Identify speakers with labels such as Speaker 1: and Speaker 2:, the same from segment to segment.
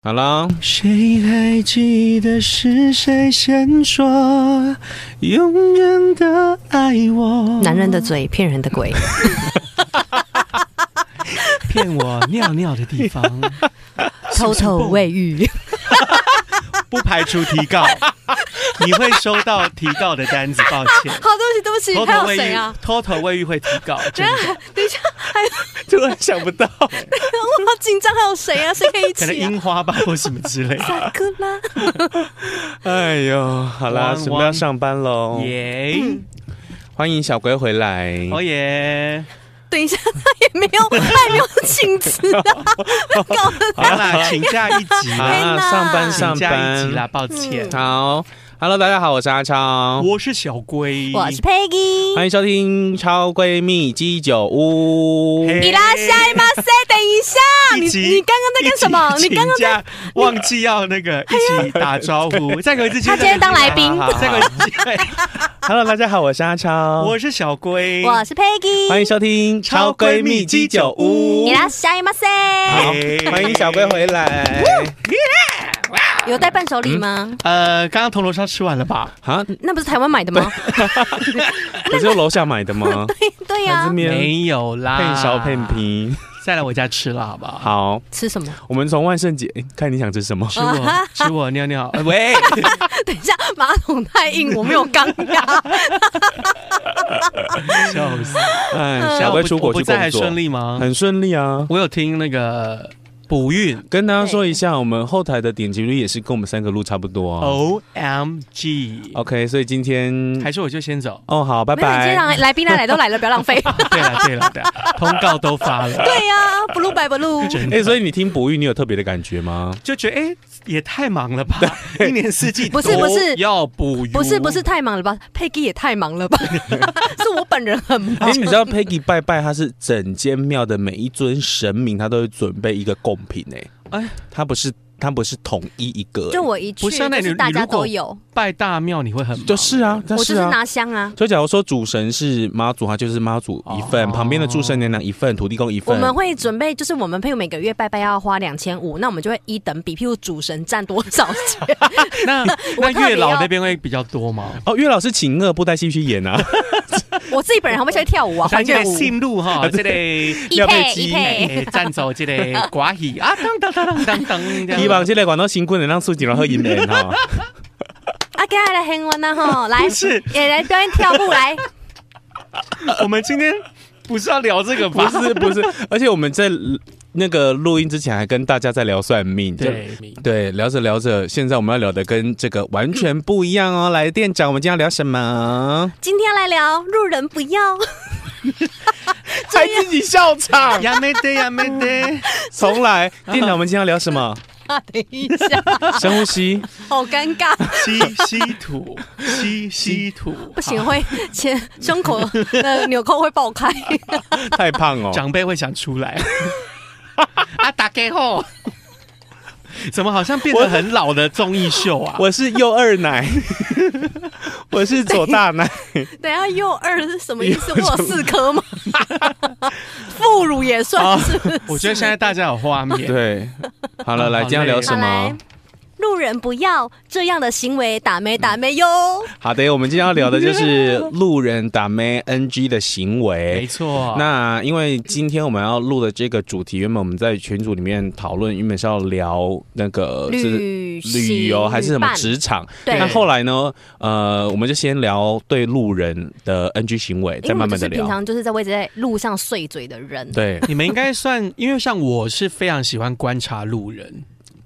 Speaker 1: 好啦，
Speaker 2: 谁还记得是谁先说永远的爱我？
Speaker 3: 男人的嘴骗人 的鬼，
Speaker 2: 骗我尿尿的地方，
Speaker 3: 偷偷卫浴，
Speaker 2: 不排除提告， 你会收到提告的单子，抱歉。
Speaker 3: 好，对不起，对
Speaker 2: 偷
Speaker 3: 不
Speaker 2: 偷卫
Speaker 3: 起，还有谁
Speaker 2: 浴
Speaker 3: 啊？，
Speaker 2: 偷偷卫浴会提 告，真的
Speaker 3: 等一下，还有 啊
Speaker 2: 突然想 不到，
Speaker 3: 我好紧张，还有谁啊？谁可以一
Speaker 2: 可能
Speaker 3: 起啊？
Speaker 2: 樱花吧或什么之 类的。
Speaker 3: 萨克拉，
Speaker 1: 哎呦，好啦，
Speaker 2: 汪
Speaker 1: 准备要上班喽，
Speaker 2: 耶，
Speaker 3: 嗯
Speaker 1: 欢迎小龟回来。
Speaker 2: 哦耶，
Speaker 3: 等一下，他也没 有，他也没有请辞啊，搞得
Speaker 2: 好啦，请假一集
Speaker 1: 好
Speaker 2: 啦，
Speaker 3: 天
Speaker 1: 啦，
Speaker 3: 哪
Speaker 1: 上班
Speaker 2: 请
Speaker 1: 上
Speaker 2: 假一集啦，
Speaker 1: 班。
Speaker 2: 抱歉。
Speaker 1: 好，Hello，大家好，我是阿超，
Speaker 2: 我是小龟，
Speaker 3: 我是 Peggy。
Speaker 1: 欢迎收听超闺蜜鸡酒屋。
Speaker 2: 嘿
Speaker 3: 伊拉下一马塞，等一下，你
Speaker 2: 一起
Speaker 3: 你刚刚在干什么？
Speaker 2: 一起
Speaker 3: 你刚刚
Speaker 2: 请假忘记要那个一起打招 呼，再给我一次机会。
Speaker 3: 他今天当来宾
Speaker 1: 好好好
Speaker 2: 再给我一 次机会。
Speaker 1: Hello，大家好，我是阿超，
Speaker 2: 我是小龟，
Speaker 3: 我是 Peggy。
Speaker 1: 欢迎收听超闺蜜鸡酒屋
Speaker 3: 伊。拉下一马塞，
Speaker 1: 好，欢迎小龟回来。
Speaker 3: 有带伴手礼吗？
Speaker 2: 呃，刚刚铜锣烧吃完了吧？
Speaker 1: 啊，
Speaker 3: 那不是台湾买的吗？
Speaker 1: 不是楼下买的 吗？
Speaker 3: 对
Speaker 1: 还
Speaker 3: 呀
Speaker 1: 是，面
Speaker 2: 没有啦，
Speaker 1: 配烧配，皮。
Speaker 2: 再来我家吃了好不好？
Speaker 1: 好，
Speaker 3: 吃什么？
Speaker 1: 我们从万圣节诶看你想吃什 么。
Speaker 3: 啊
Speaker 2: 吃我吃我 尿尿，呃喂，
Speaker 3: 等一下，马桶太硬，我没有钢牙。
Speaker 2: 笑死！
Speaker 1: 哎，小龟出国
Speaker 2: 我不
Speaker 1: 去
Speaker 2: 在还
Speaker 1: 工
Speaker 2: 顺
Speaker 1: 作，
Speaker 2: 利吗？
Speaker 1: 很顺利啊。
Speaker 2: 我有听那个补运
Speaker 1: 跟大家说一下，我们后台的点击率也是跟我们三个录差不多哦。
Speaker 2: ，O M G，
Speaker 1: OK，所以今天
Speaker 2: 还是我就 先走。
Speaker 1: 哦好，拜
Speaker 3: 没有，你今
Speaker 1: 拜。
Speaker 3: 天让来宾来来都来了，不要浪 费。
Speaker 2: 对了对了对了，通告都发了。
Speaker 3: 对呀，blue by blue，
Speaker 1: 哎，所以你听不育，你有特别的感觉 吗？
Speaker 2: 就觉得哎、也太忙了 吧，一年四季
Speaker 3: 不是不是
Speaker 2: 都要捕鱼，
Speaker 3: 不是不是，太忙了吧？佩姬也太忙了吧？ 是我本人很忙
Speaker 1: 因。
Speaker 2: 哎
Speaker 1: 哎为你知道 Peggy 拜拜，他是整间庙的每一尊神明，他都会准备一个贡品诶。
Speaker 2: 哎
Speaker 1: 哎，他不是他不是统一一个，哎
Speaker 3: 就我一去，
Speaker 2: 不是啊那你
Speaker 3: 就是大家都有，
Speaker 2: 拜大庙你会很忙
Speaker 1: 就是啊，
Speaker 2: 哦
Speaker 1: 他
Speaker 3: 我就是是
Speaker 1: 啊。
Speaker 3: 拿香啊。
Speaker 1: 所以假如说主神是妈祖，他就是妈祖一份，
Speaker 2: 哦
Speaker 1: 旁边的祝圣娘娘一份，土地公一
Speaker 3: 我
Speaker 1: 份。
Speaker 3: 们会准备，就是我们朋友每个月拜拜要花两千五，那我们就会一等比，譬如主神占多少 钱，
Speaker 2: 那那
Speaker 3: 我特别
Speaker 2: 月老
Speaker 3: 要
Speaker 2: 那边会比较多吗？
Speaker 1: 哦，月老是请恶布袋戏去演 啊，
Speaker 3: 我自己本人还会下去跳舞啊，还
Speaker 2: 这
Speaker 3: 愿
Speaker 2: 个
Speaker 3: 舞。
Speaker 2: 信路 哈，这类
Speaker 3: 一
Speaker 1: 要
Speaker 3: 配
Speaker 1: 被
Speaker 3: 一
Speaker 1: 激
Speaker 3: 配，
Speaker 2: 哎站走这类寡喜啊，当当当当当当，这样
Speaker 1: 希望这个管到新棍能让苏锦荣喝饮料哈。
Speaker 3: 啊，给他来很温啊吼，来
Speaker 2: 不是
Speaker 3: 也来表演跳舞来，
Speaker 2: 呃我们今天不是要聊这个吧？
Speaker 1: 不是不是，而且我们在那个录音之前还跟大家在聊算命，就
Speaker 2: 对，
Speaker 1: 对，聊着聊着，现在我们要聊的跟这个完全不一样哦。来，店长，我们今天要聊什 么？
Speaker 3: 今天来聊路人不要，
Speaker 1: 还自己笑场，
Speaker 2: 呀没得呀没得，
Speaker 1: 重来。店长，我们今天要聊什么？
Speaker 3: 等一下，
Speaker 1: 深呼吸。
Speaker 3: 好尴尬，
Speaker 2: 吸吸土 吸吸土，
Speaker 3: 不行会前胸口的纽扣会 爆开。
Speaker 1: 太胖哦。
Speaker 2: 长辈会想 出来。啊，打给后，怎么好像变得很老的综艺秀啊？
Speaker 1: 我是右二奶， 我是左大 奶，
Speaker 3: 等一下右二是什么意思？我有四 颗吗？副乳也
Speaker 1: 啊
Speaker 3: 算是不是。
Speaker 2: 我觉得现在大家有画面，
Speaker 1: 对。好了，来，
Speaker 2: 好
Speaker 1: 今天要聊
Speaker 2: 累
Speaker 1: 什
Speaker 3: 好来
Speaker 1: 么？，
Speaker 3: 路人不要这样的行为，打没打没哟？
Speaker 1: 好的，我们今天要聊的就是路人打妹 NG 的行为
Speaker 2: 没。错。
Speaker 1: 那因为今天我们要录的这个主题，原本我们在群组里面讨论，原本是要聊那个就是
Speaker 3: 旅
Speaker 1: 旅游还是什么
Speaker 3: 伴
Speaker 1: 职场。
Speaker 3: 对
Speaker 1: 那后来呢？呃，我们就先聊对路人的 NG 行为，
Speaker 3: 因
Speaker 1: 再
Speaker 3: 为我
Speaker 1: 慢
Speaker 3: 就
Speaker 1: 慢
Speaker 3: 是
Speaker 1: 的
Speaker 3: 平
Speaker 1: 聊。
Speaker 3: 常就是在位置在路上碎嘴的人，
Speaker 1: 对
Speaker 2: 你们应该算，因为像我是非常喜欢观察路人。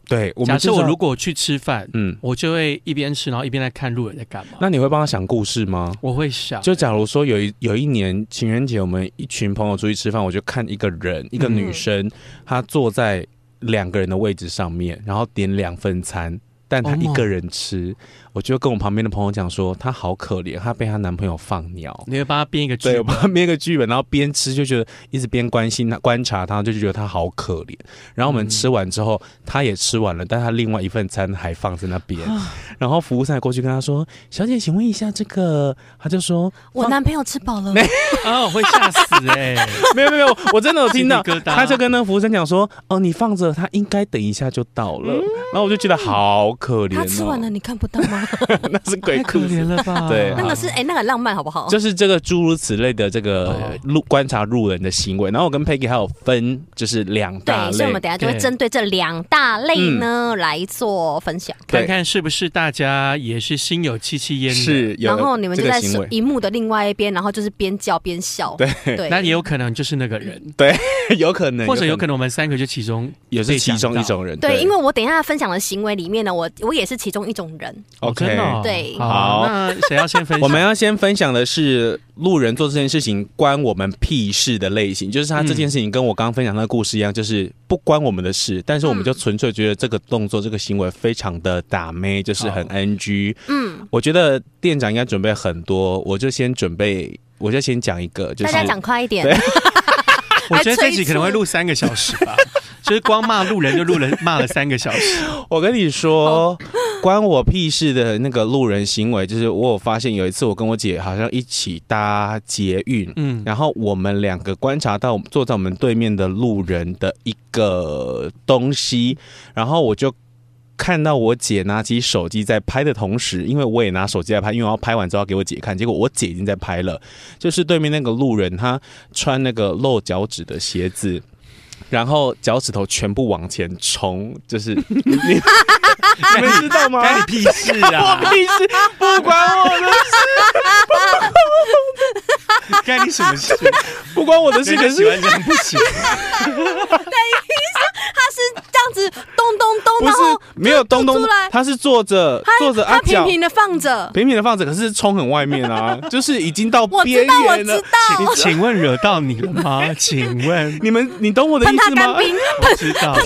Speaker 1: 对，我
Speaker 2: 假
Speaker 1: 们
Speaker 2: 设
Speaker 1: 就
Speaker 2: 我
Speaker 1: 是
Speaker 2: 如果去吃饭，
Speaker 1: 嗯，
Speaker 2: 我就会一边吃，然后一边在看路人在干嘛。
Speaker 1: 那你会帮他想故事吗？
Speaker 2: 我会想，
Speaker 1: 就假如说有一有一年情人节，我们一群朋友出去吃饭，我就看一个人，一个女生，她坐在两个人的位置上面，然后点两份餐，但她
Speaker 2: 哦
Speaker 1: 一个人吃，我就跟我旁边的朋友讲说，她好可怜，她被她男朋友放鸟。
Speaker 2: 你会帮他编一个
Speaker 1: 对，
Speaker 2: 剧
Speaker 1: 我
Speaker 2: 本，
Speaker 1: 旁边一个剧本，然后边吃就觉得一直边关心她、观察她，就觉得她好可怜。然后我们吃完之后，她也吃完了，但她另外一份餐还放在那边。然后服务生还过去跟她说：“小姐，请问一下这个？”她就说
Speaker 3: 我男朋友吃饱了，
Speaker 2: 啊，我会吓死 哎、
Speaker 1: 没有没有，我真的有听到
Speaker 2: 鸡皮疙，瘩
Speaker 1: 他就跟那个服务生讲说，哦，你放着，他应该等一下就到了。然后我就觉得好可怜、哦，
Speaker 3: 嗯他吃完了，你看不到 吗？
Speaker 1: 那是鬼
Speaker 2: 太可
Speaker 1: 故
Speaker 2: 怜
Speaker 1: 事。
Speaker 2: 了吧？
Speaker 1: 对
Speaker 3: 那个是哎，那个很浪漫好不好？
Speaker 1: 就是这个诸如此类的这个
Speaker 2: 哦
Speaker 1: 路观察路人的行为，然后我跟 Peggy 还有分就是两大
Speaker 3: 对，所
Speaker 1: 类嗯
Speaker 3: 以我们，等一下就会
Speaker 2: 对
Speaker 3: 针对这两大类呢来做分享。
Speaker 1: 对
Speaker 2: 看看是不是大家也是心有戚戚焉的。。
Speaker 1: 是有
Speaker 3: 然后你们
Speaker 1: 这
Speaker 3: 就
Speaker 1: 个
Speaker 3: 在
Speaker 1: 行为，
Speaker 3: 荧幕的另外一边，然后就是边叫边笑。
Speaker 1: 对
Speaker 3: 对，
Speaker 2: 那也有可能就是那个人，
Speaker 1: 有可能，
Speaker 2: 或者有可
Speaker 1: 能
Speaker 2: 能我们三个就其中
Speaker 1: 也是其中
Speaker 2: 被
Speaker 1: 一
Speaker 2: 讲到
Speaker 1: 种人，
Speaker 3: 对，因为我等一下分享的行为里面呢，我我也是其中一种人。
Speaker 2: 哦
Speaker 1: OK
Speaker 2: 真的哦
Speaker 3: 对
Speaker 1: 好
Speaker 2: 那谁要先分享？
Speaker 1: 我们要先分享的是路人做这件事情关我们屁事的类型，就是他这件事情跟我刚刚分享那个故事一样，就是不关我们的事，但是我们就纯粹觉得这个动作、这个行为非常的打妹，就是很 NG。
Speaker 3: 嗯，
Speaker 1: 我觉得店长应该准备很多，我就先准备，我就先讲一个，就
Speaker 3: 大
Speaker 1: 是
Speaker 3: 家讲快一点。
Speaker 2: 我觉得这集可能会录三个小时吧， 就是光骂路人就路人骂了三个小时。
Speaker 1: 我跟你说，关我屁事的那个路人行为，就是我有发现有一次我跟我姐好像一起搭捷运，
Speaker 2: 嗯，
Speaker 1: 然后我们两个观察到坐在我们对面的路人的一个东西，然后我就看到我姐拿起手机在拍的同时，因为我也拿手机在拍，因为我要拍完之后要给我姐看，结果我姐已经在拍了，就是对面那个路人他穿那个露脚趾的鞋子。然后脚趾头全部往前冲，就是你你 你们知道吗？
Speaker 2: 干你屁事 啊！
Speaker 1: 屁事，不关我的
Speaker 2: 干你什么事？
Speaker 1: 不关我的事，
Speaker 2: 这
Speaker 1: 可
Speaker 2: 个
Speaker 1: 是
Speaker 2: 喜欢人不行，
Speaker 3: 是这样子咚咚咚，
Speaker 1: 不
Speaker 3: 然
Speaker 1: 是
Speaker 3: 后
Speaker 1: 没有东东
Speaker 3: 出来，
Speaker 1: 他是坐着
Speaker 3: 他
Speaker 1: 坐着啊
Speaker 3: 他平
Speaker 1: 脚
Speaker 3: 平的放着。
Speaker 1: 平平的放着，可是冲很外面啊， 就是已经到
Speaker 3: 我
Speaker 1: 边
Speaker 3: 知道，我
Speaker 1: 缘
Speaker 3: 知
Speaker 1: 了。
Speaker 3: 道，
Speaker 2: 请问惹到你了吗？请 问，
Speaker 1: 你们你懂我的
Speaker 3: 喷
Speaker 1: 意
Speaker 3: 他
Speaker 1: 思
Speaker 3: 干
Speaker 1: 吗？
Speaker 3: 冰，
Speaker 2: 我知道，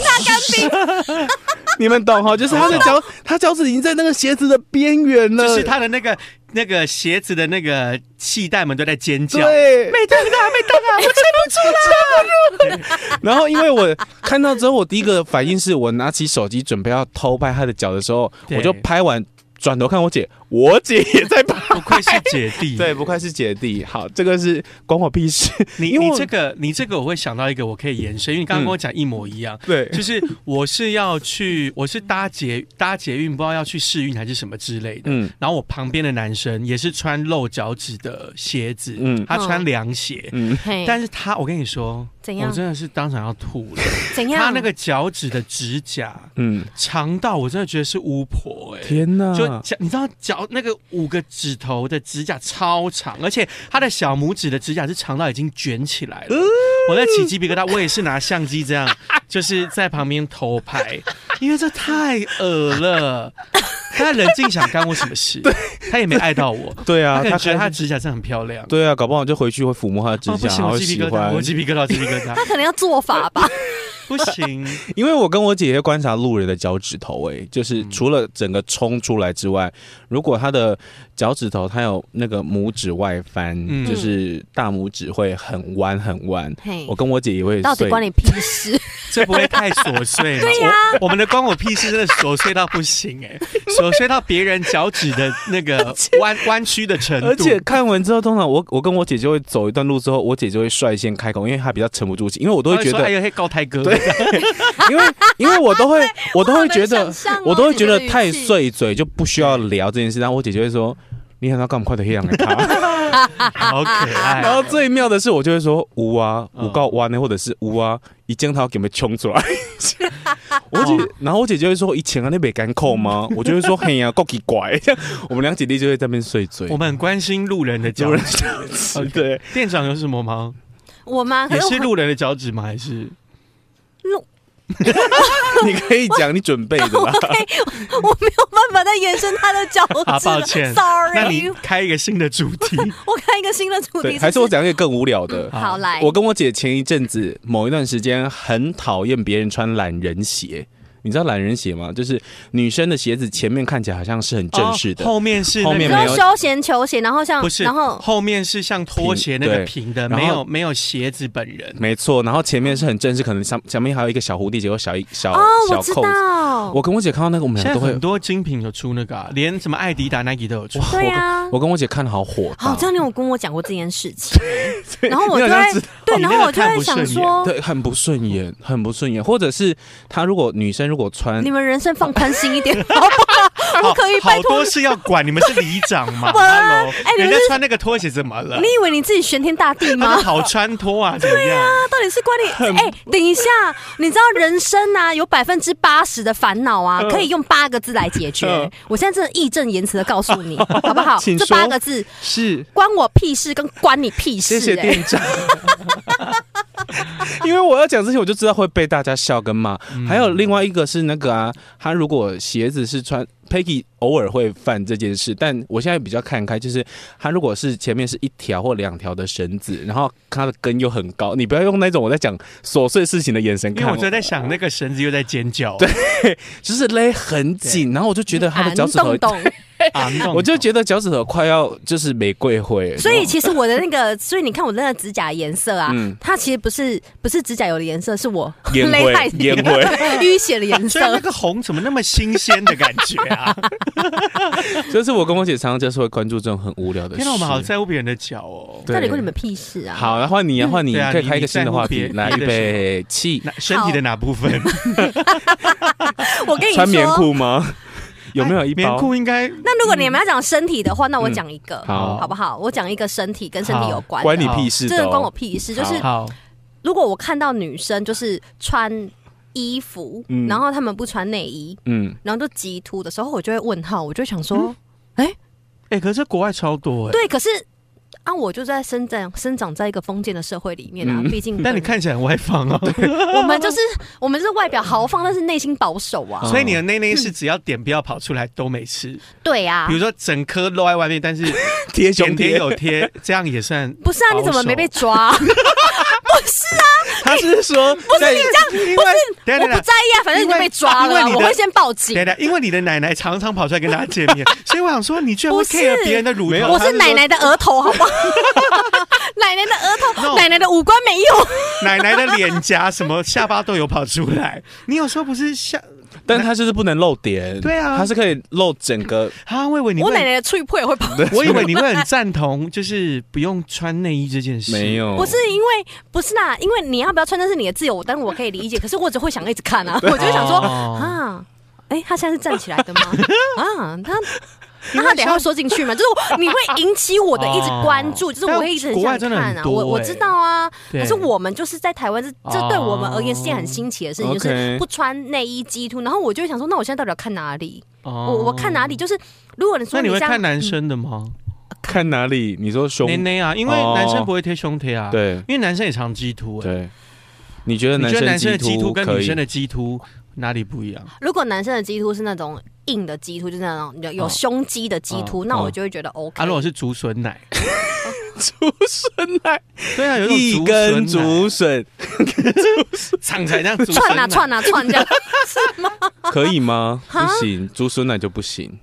Speaker 1: 你们懂哈？就是他的脚，他脚趾已经在那个鞋子的边缘了，
Speaker 2: 就是他的那个那个鞋子的那个系带们都在尖叫。
Speaker 1: 对，没动啊，没动啊， 我撑不住了，然后因为我看到之后，我第一个反应是我拿起手机准备要偷拍他的脚的时候，
Speaker 2: 对
Speaker 1: 我就拍完转头看我姐，我姐也在拍。
Speaker 2: 不愧是姐弟，
Speaker 1: 对，不愧是姐弟。好，这个是关我屁事。
Speaker 2: 你
Speaker 1: 因为
Speaker 2: 你
Speaker 1: 我
Speaker 2: 这个你这个我会想到一个我可以延伸，因为你刚刚跟我讲一模一样，
Speaker 1: 对，
Speaker 2: 就是我是要去，我是搭捷搭捷运，不知道要去试运还是什么之类的。
Speaker 1: 嗯
Speaker 2: 然后我旁边的男生也是穿露脚趾的鞋子，
Speaker 1: 嗯
Speaker 2: 他穿凉鞋，
Speaker 1: 嗯，
Speaker 3: 嘿
Speaker 2: 但是他我跟你说，
Speaker 3: 怎
Speaker 2: 我
Speaker 3: 样
Speaker 2: 真的是当场要吐了。
Speaker 3: 怎样？
Speaker 2: 他那个脚趾的指甲
Speaker 1: 嗯，
Speaker 2: 长到我真的觉得是巫婆哎、
Speaker 1: 天哪！
Speaker 2: 就脚，你知道脚那个五个指头的指甲超长，而且他的小拇指的指甲是长到已经卷起来
Speaker 1: 哦
Speaker 2: 了。我在起鸡皮疙瘩，我也是拿相机这样， 就是在旁边偷拍，因为这太恶 了。他冷静想干我什么事？他也没爱到我。
Speaker 1: 对啊，
Speaker 2: 他可能觉得
Speaker 1: 开
Speaker 2: 他
Speaker 1: 始
Speaker 2: 指甲真的很漂亮。
Speaker 1: 对啊，搞不好就回去会抚摸他的指
Speaker 2: 哦，不
Speaker 1: 甲，
Speaker 2: 行，
Speaker 1: 然后
Speaker 2: 我鸡皮
Speaker 1: 喜
Speaker 2: 疙瘩，
Speaker 1: 欢
Speaker 2: 我。鸡皮疙瘩，鸡皮疙瘩
Speaker 3: 他，可能要做法吧？
Speaker 2: 不行。
Speaker 1: 因为我跟我姐姐观察路人的脚趾头、哎，就是
Speaker 2: 嗯
Speaker 1: 除了整个冲出来之外，如果他的脚趾头他有那个拇指外翻，
Speaker 2: 嗯
Speaker 1: 就是大拇指会很弯很弯。
Speaker 3: 嘿
Speaker 1: 我，跟我姐也会
Speaker 3: 到底
Speaker 1: 碎
Speaker 3: 关你屁事？
Speaker 2: 这不会太琐碎吗？对呀、我们的关我屁事真的琐碎到不行哎、琐碎到别人脚趾的 那个弯弯曲的程度。
Speaker 1: 而且看完之后，通常我我跟我姐就会走一段路之后，我姐就会率先开口，因为她比较沉不住气，因为我都
Speaker 2: 他
Speaker 1: 会觉
Speaker 2: 会说：“哎
Speaker 1: 得，
Speaker 2: 呦，嘿，高胎哥，
Speaker 1: 对因为因为我都
Speaker 3: 啊
Speaker 1: 会 我都会觉
Speaker 3: 好
Speaker 1: 得
Speaker 3: 难想象哦
Speaker 1: 我都会觉得
Speaker 3: 姐姐的语
Speaker 1: 太
Speaker 3: 气
Speaker 1: 碎嘴就不需要聊这件事，然后我姐就会说：“你很要干嘛？快点黑羊来 他。
Speaker 2: 好可”
Speaker 1: 然
Speaker 2: 爱。
Speaker 1: 后最妙的是，我就会说：“无啊，
Speaker 2: 嗯
Speaker 1: 五告弯呢，或者是无啊，一见他给没冲出来。” 我姐，
Speaker 2: 哦
Speaker 1: 然后我姐就会说：“以前啊，那北干扣吗？”我就会说：“嘿呀、啊，够奇怪。” 这样我们两姐弟就会在那边碎嘴
Speaker 2: 我。们很关心路人的脚
Speaker 1: 路人
Speaker 2: 趾。OK
Speaker 1: 对，
Speaker 2: 店长有什 么吗？
Speaker 3: 我吗？可
Speaker 2: 也
Speaker 3: 是
Speaker 2: 是
Speaker 3: 我
Speaker 2: 路人的脚趾吗？还是
Speaker 1: 你可以讲你准备的啦。
Speaker 3: 我没有办法再延伸他的脚 趾
Speaker 2: 啊？
Speaker 3: 了。
Speaker 2: 抱歉那你
Speaker 3: ，sorry，
Speaker 2: 开一个新的主题。
Speaker 3: 我看一个新的主
Speaker 1: 对，
Speaker 3: 题，
Speaker 1: 还是我讲一个更无聊的。
Speaker 3: 好来，
Speaker 1: 我跟我姐前一阵子某一段时间很讨厌别人穿懒人鞋，你知道懒人鞋吗？就是女生的鞋子前面看起来好像是很 正式的，
Speaker 2: 哦后面是那个
Speaker 1: 后面
Speaker 3: 你
Speaker 1: 没有
Speaker 3: 说休闲球鞋，然后像
Speaker 2: 不是，
Speaker 3: 然后
Speaker 2: 后面是像拖鞋那个
Speaker 1: 平
Speaker 2: 平的，
Speaker 1: 对
Speaker 2: 没
Speaker 1: 然后
Speaker 2: 有没有鞋子本人。
Speaker 1: 没错，然后前面是很正式，可能上前面还有一个小蝴蝶结或小一小、
Speaker 3: 哦，
Speaker 1: 小
Speaker 3: 我知
Speaker 1: 扣子。
Speaker 3: 道，
Speaker 1: 我跟我姐看到那个，我们
Speaker 2: 现
Speaker 1: 俩
Speaker 2: 在
Speaker 1: 都会
Speaker 2: 很，多精品有出那个、啊，连什么艾迪达、Nike 都有出。
Speaker 3: 对啊。
Speaker 1: 我跟我姐看的好火大，
Speaker 3: 好，这样你有跟我讲过这件事情，然后我
Speaker 1: 你
Speaker 3: 就
Speaker 1: 好像知
Speaker 3: 会哦
Speaker 1: 道
Speaker 3: 对，
Speaker 2: 你
Speaker 3: 然
Speaker 2: 那
Speaker 3: 后
Speaker 2: 个
Speaker 3: 我就
Speaker 2: 看
Speaker 3: 会
Speaker 2: 不
Speaker 3: 想
Speaker 2: 顺眼
Speaker 3: 说，
Speaker 1: 对，很不顺眼，很不顺眼，或者是她如果女生如果穿
Speaker 3: 你们人生放宽心一点，好不好？
Speaker 2: 好
Speaker 3: 不可以，拜
Speaker 2: 好
Speaker 3: 托
Speaker 2: 多，事要管，你们是里长嘛
Speaker 3: 哇
Speaker 2: ？Hello，
Speaker 3: 哎你
Speaker 2: 人
Speaker 3: 们
Speaker 2: 家
Speaker 3: 是
Speaker 2: 穿那个拖鞋怎么了
Speaker 3: 你？以为你自己玄天大帝吗
Speaker 2: 他？是好穿脱啊，怎么样？
Speaker 3: 那到底是关你？ 哎、等一下，你知道人生啊，有百分之八十的烦恼啊，可以用八个字来解决。
Speaker 1: 嗯
Speaker 3: 我现在真的义正言辞的告诉你，好不好？
Speaker 1: 请
Speaker 3: 这
Speaker 1: 说
Speaker 3: 八个字
Speaker 1: 是
Speaker 3: 关我屁事，跟关你屁事、
Speaker 1: 谢谢
Speaker 3: 哎
Speaker 1: 店长。 因为我要讲这些，我就知道会被大家笑跟骂。
Speaker 2: 嗯
Speaker 1: 还有另外一个是那个啊，他如果鞋子是穿 Peggy 偶尔会犯这件事，但我现在比较看开，就是他如果是前面是一条或两条的绳子，然后他的跟又很高，你不要用那种我在讲琐碎事情的眼神
Speaker 2: 因为
Speaker 1: 看
Speaker 2: 我
Speaker 1: 我
Speaker 2: 昨，天在想，那个绳子又在尖叫，对，
Speaker 1: 就是勒很紧，然后我就觉得他的脚趾头
Speaker 3: 俺，懂懂，
Speaker 2: 啊、弄
Speaker 1: 我就觉得脚趾头快要就是玫瑰灰，
Speaker 3: 所以其实我的那个，所以你看我的那个指甲颜色啊，
Speaker 1: 嗯
Speaker 3: 它其实不是不是指甲油的颜色，是我
Speaker 1: 烟灰
Speaker 3: 勒害你
Speaker 1: 烟灰
Speaker 3: 淤血的颜
Speaker 2: 所以那
Speaker 3: 色。
Speaker 2: 个红怎么那么新鲜的感觉啊？
Speaker 1: 就是我跟我姐常常就是会关注这种很无聊的事。
Speaker 2: 天哪，我们好在乎别人的脚哦。
Speaker 1: 对
Speaker 3: 到底关你们屁事啊？
Speaker 1: 好，那换你啊，换你，
Speaker 2: 对啊
Speaker 1: 可以
Speaker 2: 你
Speaker 1: 开一个
Speaker 2: 你
Speaker 1: 新的
Speaker 2: 在乎
Speaker 1: 话题。
Speaker 2: 别
Speaker 1: 来，
Speaker 2: 别
Speaker 1: 预
Speaker 2: 的
Speaker 1: 备起，
Speaker 2: 哪身体的哪部分？
Speaker 3: 我跟你
Speaker 1: 穿棉
Speaker 3: 说，
Speaker 1: 裤 吗？有没有一
Speaker 2: 哎棉
Speaker 1: 包？
Speaker 2: 裤应该
Speaker 3: 那如果你们要讲身体的话，那我讲一个，
Speaker 1: 嗯好
Speaker 3: 好不好？我讲一个身体跟身体有关的，
Speaker 1: 关你屁事
Speaker 3: 这
Speaker 1: 的
Speaker 3: 个关我
Speaker 1: 哦。
Speaker 3: 屁事。就是
Speaker 2: 好
Speaker 3: 如果我看到女生就是穿衣服，
Speaker 1: 嗯
Speaker 3: 然后她们不穿内衣，
Speaker 1: 嗯，
Speaker 3: 然后就极凸的时候，我就会问号，我就会想说，
Speaker 2: 哎、可是国外超多哎、
Speaker 3: 对，可是啊，我就在生长生长在一个封建的社会里面啊，
Speaker 1: 嗯
Speaker 3: 毕竟
Speaker 2: 但你看起来很外放哦，
Speaker 3: 我们就是我们就是外表豪放，但是内心保守啊，
Speaker 1: 嗯
Speaker 2: 所以你的内内是只要点不要跑出来都没事，
Speaker 3: 对啊
Speaker 2: 比。如说整颗露在外面，但是
Speaker 1: 贴
Speaker 2: 点
Speaker 1: 胸
Speaker 2: 点
Speaker 1: 贴，
Speaker 2: 有贴，这样也算。
Speaker 3: 不是啊，你怎么没被抓？不是啊，
Speaker 1: 他是说 在
Speaker 2: 因为等一下
Speaker 3: 我
Speaker 2: 等一
Speaker 3: 不
Speaker 2: 下
Speaker 3: 在意啊，反正你就被抓
Speaker 2: 因为
Speaker 3: 了，
Speaker 2: 你的
Speaker 3: 我会先报
Speaker 2: 等
Speaker 3: 警
Speaker 2: 一。下，因为你的奶奶常常跑出来跟大家见面， 所以我想说，你居然会
Speaker 3: 不是
Speaker 2: care 别人的乳
Speaker 1: 没
Speaker 2: 头
Speaker 1: 有
Speaker 3: 我是奶奶的额头，好不 好？奶奶的额
Speaker 2: No
Speaker 3: 头，奶奶的五官没有。
Speaker 2: 奶奶的脸颊什么下巴都有跑出来。你有时候不是下
Speaker 1: 但他就是不能露点。
Speaker 2: 对啊
Speaker 1: 他是可以露整个。
Speaker 2: 啊？我以为你
Speaker 3: 我奶
Speaker 2: 会，
Speaker 3: 奶的脆破也会跑。
Speaker 2: 我以为你会很赞同，就是不用穿内衣这件 事。
Speaker 1: 没有，
Speaker 3: 不是因为不是啦，因为你要不要穿那是你的自由，但我可以理解。可是我只会想一直看啊，我就会想说
Speaker 2: 哦
Speaker 3: 啊，哎、他现在是站起来 的吗？啊，他。那
Speaker 2: 因
Speaker 3: 他
Speaker 2: 为
Speaker 3: 等一下
Speaker 2: 像哦
Speaker 3: 会说进去吗？就是我你会引起我的一直关注，就是我会一直很
Speaker 2: 但
Speaker 3: 想
Speaker 2: 国外真的
Speaker 3: 看
Speaker 2: 很
Speaker 3: 啊。
Speaker 2: 多
Speaker 3: 我我
Speaker 2: 欸
Speaker 3: 知道啊，
Speaker 2: 对
Speaker 3: 可是我们就是在台湾，这这对我们而言是件很新奇的
Speaker 2: 哦
Speaker 3: 事情，就
Speaker 1: OK
Speaker 3: 是不穿内衣基突。然后我就会想说，那我现在到底要看哪里？
Speaker 2: 哦
Speaker 3: 我我看哪里？就是如果你说
Speaker 2: 那你会
Speaker 3: 像
Speaker 2: 看男生的吗？
Speaker 1: 看哪里？你说胸
Speaker 2: 内？内啊，因为
Speaker 1: 哦
Speaker 2: 男生不会贴胸贴啊。，
Speaker 1: 对
Speaker 2: 因为男生也常 G 突哎。
Speaker 1: 对。你觉得
Speaker 2: 你
Speaker 1: 男
Speaker 2: 觉得男
Speaker 1: 生
Speaker 2: 生的 G
Speaker 1: 突
Speaker 2: 突跟
Speaker 1: 可
Speaker 2: 女
Speaker 1: 以
Speaker 2: 生？的 G 突哪里不一样？
Speaker 3: 如果男生的鸡突是那种硬的鸡突，就是那种有有
Speaker 2: 嗯
Speaker 3: 胸肌的鸡突，那我就会觉得 OK。
Speaker 2: 啊，如果是竹笋 奶，
Speaker 1: 竹笋奶，
Speaker 2: 对啊，有一
Speaker 1: 一
Speaker 2: 种
Speaker 1: 根
Speaker 2: 笋奶
Speaker 1: 竹笋
Speaker 2: 唱起来这样竹笋
Speaker 3: 串啊
Speaker 2: 奶
Speaker 3: 串啊串这样，
Speaker 1: 可以 吗？不
Speaker 3: 哈
Speaker 1: 行，竹笋奶就不行。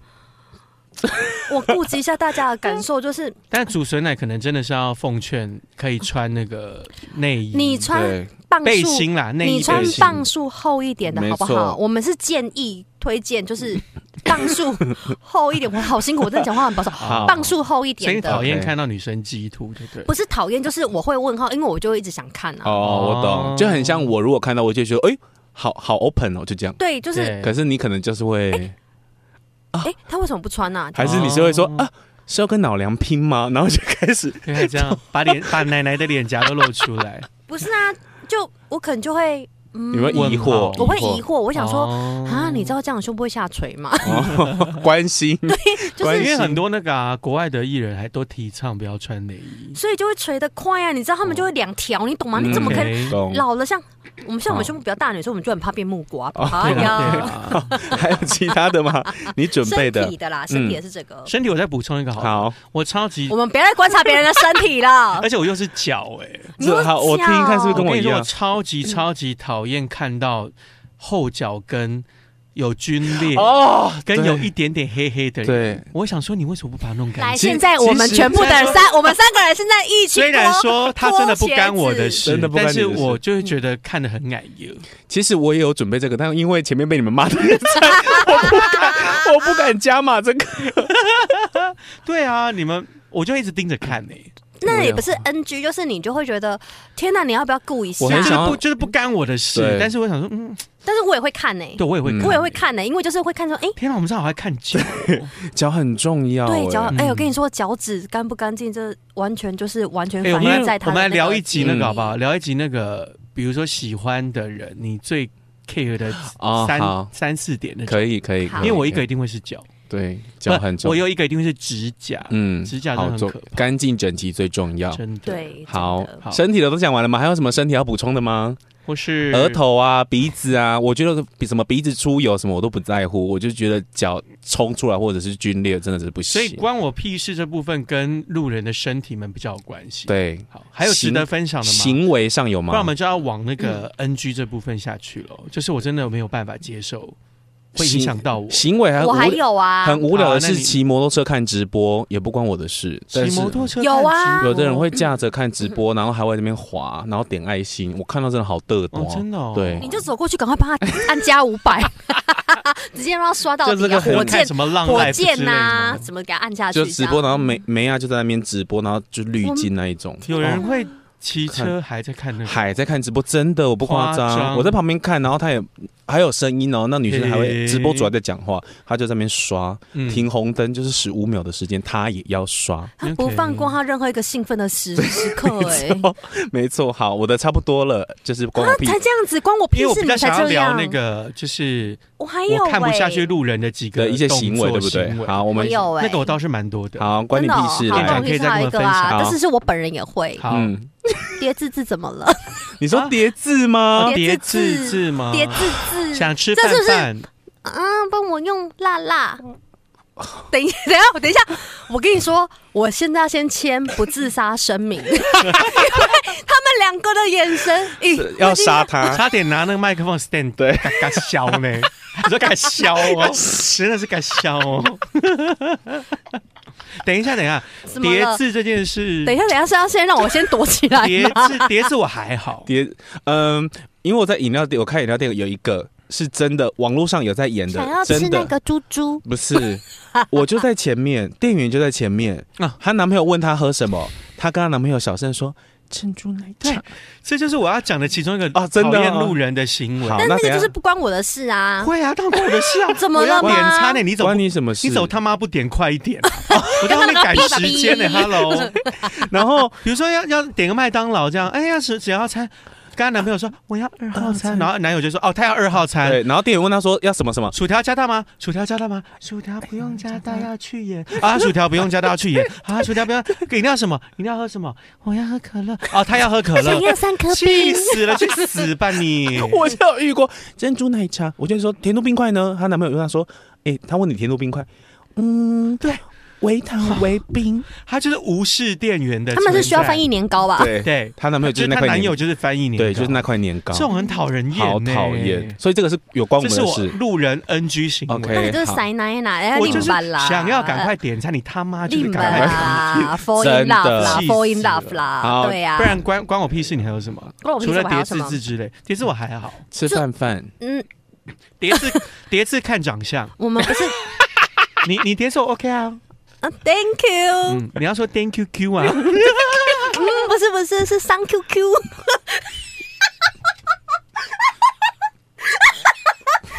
Speaker 3: 我顾及一下大家的感受，就是
Speaker 2: 但主神奶可能真的是要奉劝，可以穿那个内衣，
Speaker 3: 你穿
Speaker 1: 对，
Speaker 3: 磅
Speaker 2: 嗯背
Speaker 3: 数，
Speaker 2: 心啦，内衣
Speaker 3: 你穿
Speaker 2: 背心。
Speaker 3: 磅数厚一点的
Speaker 1: 没
Speaker 3: 好不
Speaker 1: 错
Speaker 3: 好？我们是建议推荐，就是磅数厚一点。我好辛苦，我真的讲话很保守，
Speaker 1: 好
Speaker 3: 磅数厚一
Speaker 2: 所以
Speaker 3: 点
Speaker 2: 你讨
Speaker 3: 的。
Speaker 2: 厌
Speaker 1: OK
Speaker 2: 看到女生 G 图，对不对？
Speaker 3: 不是讨厌，就是我会问号，因为我就会一直想看啊。
Speaker 1: 哦，我懂，
Speaker 2: 哦
Speaker 1: 就很像我如果看到我就觉得，哎、好好 open 哦，就这样。
Speaker 3: 对，就是
Speaker 1: 可
Speaker 2: 对
Speaker 1: 是你可能就是会，
Speaker 3: 哎，他为什么不穿呢？
Speaker 1: 还是你是会
Speaker 2: 哦
Speaker 1: 说、啊，是要跟老梁拼吗？ 然后就开始，
Speaker 2: 因为这样把脸 把奶奶的脸颊都露出来，
Speaker 3: 不是啊，就我可能就会，嗯
Speaker 1: 你会疑惑，
Speaker 2: 问号
Speaker 3: 我会疑 惑，我
Speaker 2: 我
Speaker 3: 想说，
Speaker 2: 啊
Speaker 3: 啊，你知道这样胸部会下垂吗？
Speaker 1: 哦，关心，
Speaker 3: 就
Speaker 1: 关
Speaker 2: 因
Speaker 1: 心
Speaker 2: 为
Speaker 3: 是，
Speaker 2: 很多那个啊，国外的艺人还都提倡不要穿内衣，
Speaker 3: 所以就会垂得快啊。你知道他们就会两条，你懂吗？
Speaker 1: 嗯
Speaker 3: 你怎么可能
Speaker 2: OK
Speaker 1: 懂。
Speaker 3: 老了像我们像我们
Speaker 1: 哦啊
Speaker 3: 胸部比较大的女生，我们就很怕变木瓜。哎
Speaker 2: 对啦对啊
Speaker 3: 呀，
Speaker 2: 啦。
Speaker 1: 还有其他的 吗？你准备
Speaker 3: 身
Speaker 1: 的
Speaker 3: 体的
Speaker 2: 嗯
Speaker 3: 啦，身体也是这个。
Speaker 2: 身体我再补充一个好了，
Speaker 1: 好，
Speaker 2: 我超级
Speaker 3: 我，们不要再观察别人的身体了
Speaker 2: 而。且我又是脚哎，
Speaker 3: 你有
Speaker 1: 这好，
Speaker 3: 脚
Speaker 1: 哦我听听看是不是跟
Speaker 2: 我
Speaker 1: 我
Speaker 2: 跟
Speaker 1: 一
Speaker 2: 你说，我
Speaker 1: 样？
Speaker 2: 超级超级讨厌看到后脚跟有皲裂，
Speaker 1: 哦，
Speaker 2: 跟有一点点黑黑的人。
Speaker 1: 对，
Speaker 2: 我想说，你为什么不把它弄干
Speaker 3: 来，
Speaker 2: 净？
Speaker 3: 现在我们全部的人
Speaker 2: 其实
Speaker 3: 三，我们三个人现在一起脱。
Speaker 2: 虽然说他真的不干我的
Speaker 1: 脱鞋
Speaker 2: 事
Speaker 1: 子真的，不干
Speaker 2: 但
Speaker 1: 你的事
Speaker 2: 是我就会觉得看得很碍眼。
Speaker 1: 其实我也有准备这个，但因为前面被你们骂的 很惨，我不敢，我不敢加码这个。
Speaker 2: 对啊，你们我就一直盯着看欸呢、
Speaker 3: 那也不是 NG，就是你就会觉得天哪，你要不要顾一下
Speaker 1: 我？很
Speaker 2: 就是
Speaker 1: 想要
Speaker 2: 不就是不干我的事
Speaker 1: 对，
Speaker 2: 但是我想说，嗯，
Speaker 3: 但是我也会看呢、
Speaker 2: 对我也会
Speaker 1: 嗯
Speaker 2: 看，
Speaker 3: 我也会。看呢、因为就是会看说，哎、
Speaker 2: 天哪，我们正好还看 哎脚，
Speaker 1: 脚很重要、
Speaker 3: 对脚，
Speaker 1: 哎
Speaker 3: 哎、
Speaker 2: 嗯
Speaker 3: 我跟你说，脚趾干不干净，这完全就是完全
Speaker 2: 哎、我
Speaker 3: 反映
Speaker 2: 们
Speaker 3: 在
Speaker 2: 我
Speaker 3: 他
Speaker 2: 们来
Speaker 3: 的那个
Speaker 2: 聊一集那
Speaker 1: 嗯
Speaker 2: 个好不好？聊一集那个，比如说喜欢的人，你最 care 的
Speaker 1: 哦
Speaker 2: 三、
Speaker 1: 好
Speaker 2: 三四点那种。
Speaker 1: 可以可以，
Speaker 3: 好
Speaker 1: 可
Speaker 2: 因
Speaker 1: 以
Speaker 2: 为我一个一定会是脚，
Speaker 1: 对脚很
Speaker 2: 不
Speaker 1: 重
Speaker 2: 我
Speaker 1: 要，
Speaker 2: 有一个一定会是指甲，
Speaker 1: 嗯
Speaker 2: 指甲真的
Speaker 1: 好
Speaker 2: 很
Speaker 1: 做
Speaker 2: 可怕
Speaker 1: 干净整齐最重要。
Speaker 2: 真的。，
Speaker 3: 对，
Speaker 1: 好
Speaker 3: 真的，
Speaker 2: 好
Speaker 1: 身体的都讲完了吗？还有什么身体要补充的吗？
Speaker 2: 或是
Speaker 1: 额，头啊、鼻子啊，我觉得比什么鼻子出油什么我都不在乎，我就觉得脚冲出来或者是皲裂真的是不
Speaker 2: 所以
Speaker 1: 行。
Speaker 2: 关我屁事这部分跟路人的身体们比较有关系。，
Speaker 1: 对，
Speaker 2: 好，还有值得分享的吗？
Speaker 1: 行为上有
Speaker 2: 不
Speaker 1: 吗？
Speaker 2: 然我们就要往那个
Speaker 3: 嗯
Speaker 2: NG 这部分下去了，就是我真的没有办法接受，会影响到我。
Speaker 1: 行为还有
Speaker 3: 我还有啊，
Speaker 1: 很无聊的
Speaker 2: 好
Speaker 1: 是
Speaker 2: 那你
Speaker 1: 骑摩托车看直播，也不关我的事。但
Speaker 2: 骑
Speaker 1: 是
Speaker 2: 摩托车
Speaker 3: 有啊
Speaker 1: 有的人 会架着看直播，然后还会在那边滑，然后点爱心，我看到真的好嘚啊
Speaker 2: 哦，
Speaker 1: 啵。
Speaker 2: 真的、哦，
Speaker 1: 对
Speaker 3: 你就走过去，赶快帮他按加五 百， 直接让他刷到
Speaker 1: 就是
Speaker 3: 底、
Speaker 1: 个
Speaker 3: 啊，
Speaker 1: 很
Speaker 3: 火
Speaker 2: 我看
Speaker 3: 箭
Speaker 2: 什么浪
Speaker 3: 火
Speaker 2: life 之类
Speaker 3: 箭
Speaker 2: 的
Speaker 3: 呐、
Speaker 2: 吗
Speaker 3: 怎么给他按下去？
Speaker 1: 就直播，
Speaker 3: 这
Speaker 1: 然
Speaker 3: 样
Speaker 1: 后梅梅亚就在那边直播，然后就滤镜那一种。
Speaker 3: 啊
Speaker 2: 有人
Speaker 1: 哦
Speaker 2: 会骑车还在看那个，
Speaker 1: 海在看直播，真的我不夸
Speaker 2: 夸
Speaker 1: 张，
Speaker 2: 张
Speaker 1: 我在旁边看，然后他也还有声音哦，那女生还会
Speaker 2: 嘿
Speaker 1: 直播主还在讲话，她就在那边刷，
Speaker 2: 嗯
Speaker 1: 停红灯就是十五秒的时间，她也要刷。
Speaker 3: 他不放过他任何一个兴奋的时时 刻、哎，
Speaker 1: 错， 没错，好，我的差不多了，就是关我屁
Speaker 3: 才这样子，关我屁
Speaker 2: 因为我
Speaker 3: 事，
Speaker 2: 比
Speaker 3: 你
Speaker 2: 较
Speaker 3: 才
Speaker 2: 想要
Speaker 3: 这
Speaker 2: 聊
Speaker 3: 样。
Speaker 2: 那个，就是
Speaker 3: 我还有、
Speaker 2: 我
Speaker 3: 欸、
Speaker 2: 看不下去路人的几个
Speaker 1: 的一些
Speaker 2: 动
Speaker 1: 行为，对
Speaker 2: 作
Speaker 1: 不对
Speaker 2: 行？为
Speaker 1: 好，我
Speaker 3: 我
Speaker 1: 们
Speaker 3: 有哎、
Speaker 2: 那个我倒是蛮多的。
Speaker 1: 好，关你
Speaker 3: 真
Speaker 1: 屁
Speaker 3: 的哦
Speaker 1: 事
Speaker 3: 好，那
Speaker 1: 来
Speaker 3: 我。
Speaker 2: 可以
Speaker 3: 遇
Speaker 2: 再跟
Speaker 3: 到
Speaker 2: 我
Speaker 3: 一
Speaker 2: 们
Speaker 3: 个
Speaker 2: 分享
Speaker 3: 啦，
Speaker 1: 好
Speaker 3: 但是是我本人也会。
Speaker 2: 好，
Speaker 1: 嗯，
Speaker 3: 叠字字怎么了？
Speaker 1: 你说叠字吗？
Speaker 3: 哦
Speaker 2: 哦
Speaker 3: 叠
Speaker 2: 叠
Speaker 3: 字
Speaker 2: 字字吗？
Speaker 3: 叠字字，
Speaker 2: 啊想吃
Speaker 3: 这
Speaker 2: 饭
Speaker 3: 是不是
Speaker 2: 饭，
Speaker 3: 啊，帮我用辣辣。等一等一下，等一下，我跟你说，我现在要先签不自杀声明， 因为他们两个的眼神，咦，
Speaker 1: 要杀他？
Speaker 2: 差点拿那个麦克风 stand
Speaker 1: 啊对
Speaker 2: 嘎嘎削呢， 你说嘎削哦，真的是嘎削哦。 等一下，等一下，
Speaker 3: 怎么
Speaker 2: 叠
Speaker 3: 了？
Speaker 2: 字这件事，
Speaker 3: 等一下，等一下是要先让我先躲起来
Speaker 2: 叠
Speaker 3: 吗？
Speaker 2: 字叠字我 还好，
Speaker 1: 叠，嗯，因为我在饮料店，我看饮料店有一个是真的，网络上有在演
Speaker 3: 想要
Speaker 1: 的，
Speaker 3: 吃
Speaker 1: 真
Speaker 3: 那
Speaker 1: 的
Speaker 3: 个猪猪，
Speaker 1: 不是，我就在前面，店员就在前面
Speaker 2: 啊。
Speaker 1: 她男朋友问她喝什么，她跟她男朋友小声说珍珠奶茶。
Speaker 2: 这就是我要讲的其中一个
Speaker 1: 啊真的
Speaker 2: 讨厌
Speaker 1: 啊
Speaker 2: 路人的行为。
Speaker 1: 好
Speaker 3: 但
Speaker 1: 那
Speaker 3: 那个
Speaker 1: 等一下
Speaker 3: 就是不关我的事啊。
Speaker 2: 会啊，当然我的事啊，
Speaker 3: 怎么
Speaker 2: 我要
Speaker 3: 了吗
Speaker 2: 点餐呢？你怎么
Speaker 1: 关你什么事？
Speaker 2: 你走他妈不点快一 点？哦我在外面赶时间呢。Hello，
Speaker 1: 然后
Speaker 2: 比如说要要点个麦当劳这样，哎呀，只只要餐。跟她男朋友说我要二号
Speaker 3: 啊
Speaker 2: 餐，然后男友就说哦，他要二号餐，
Speaker 1: 对，哎然后店员问她说要什么什 么，
Speaker 2: 薯条加大吗？薯条加大吗？薯条不用加大，要去盐啊！薯条不用加大，要去盐啊！薯条不用，饮料什么？饮料喝什么？我要喝可乐啊！他要喝可
Speaker 3: 想
Speaker 2: 乐，
Speaker 3: 要三颗
Speaker 2: 气
Speaker 3: 冰，
Speaker 2: 死了，去死吧你！
Speaker 1: 我就有遇过珍珠奶茶，我就说甜度冰块呢，她男朋友跟她说，哎、她问你甜度冰块，嗯，
Speaker 2: 对，
Speaker 1: 微糖微冰，
Speaker 2: 他就是无视店员的，
Speaker 3: 他们是需要翻，译年糕吧？
Speaker 1: 对，
Speaker 2: 对，
Speaker 1: 她男朋友就
Speaker 2: 就是是
Speaker 1: 那
Speaker 2: 她
Speaker 1: 块
Speaker 2: 男
Speaker 1: 年
Speaker 2: 友就是翻译你，
Speaker 1: 对，就是那块年糕
Speaker 2: 这，种很讨人厌，
Speaker 1: 好讨厌，，所以这个是有关我
Speaker 2: 这
Speaker 1: 们
Speaker 2: 是
Speaker 1: 的
Speaker 2: 我
Speaker 1: 事。
Speaker 2: 路人 NG 行为。
Speaker 1: OK
Speaker 3: 那你就是
Speaker 1: 好
Speaker 3: 塞奶奶，哎，
Speaker 2: 我就是
Speaker 3: 另班啦，
Speaker 2: 想要赶快点餐，你他妈就是
Speaker 3: 另
Speaker 2: 赶
Speaker 3: 班
Speaker 2: 快点餐，
Speaker 3: 啦，fall in
Speaker 1: 真的啊
Speaker 3: love 啦
Speaker 2: 气
Speaker 3: ，fall in
Speaker 2: 死了
Speaker 3: love 啦，
Speaker 1: 好
Speaker 3: 对呀
Speaker 2: 不，然关关我屁事！你还有什么？
Speaker 3: 不然我
Speaker 2: 除
Speaker 3: 平时
Speaker 2: 了
Speaker 3: 我还
Speaker 2: 叠
Speaker 3: 有什
Speaker 2: 字
Speaker 3: 么
Speaker 2: 字？之类，叠字我还好，
Speaker 1: 吃饭饭，
Speaker 3: 嗯，
Speaker 2: 叠字 叠字看长相，
Speaker 3: 我 们不是
Speaker 2: 你你叠错 OK 啊，
Speaker 3: 啊，Thank you，
Speaker 2: 嗯，你要说 thank you Q 啊，
Speaker 3: 嗯，不是不是，是三 QQ。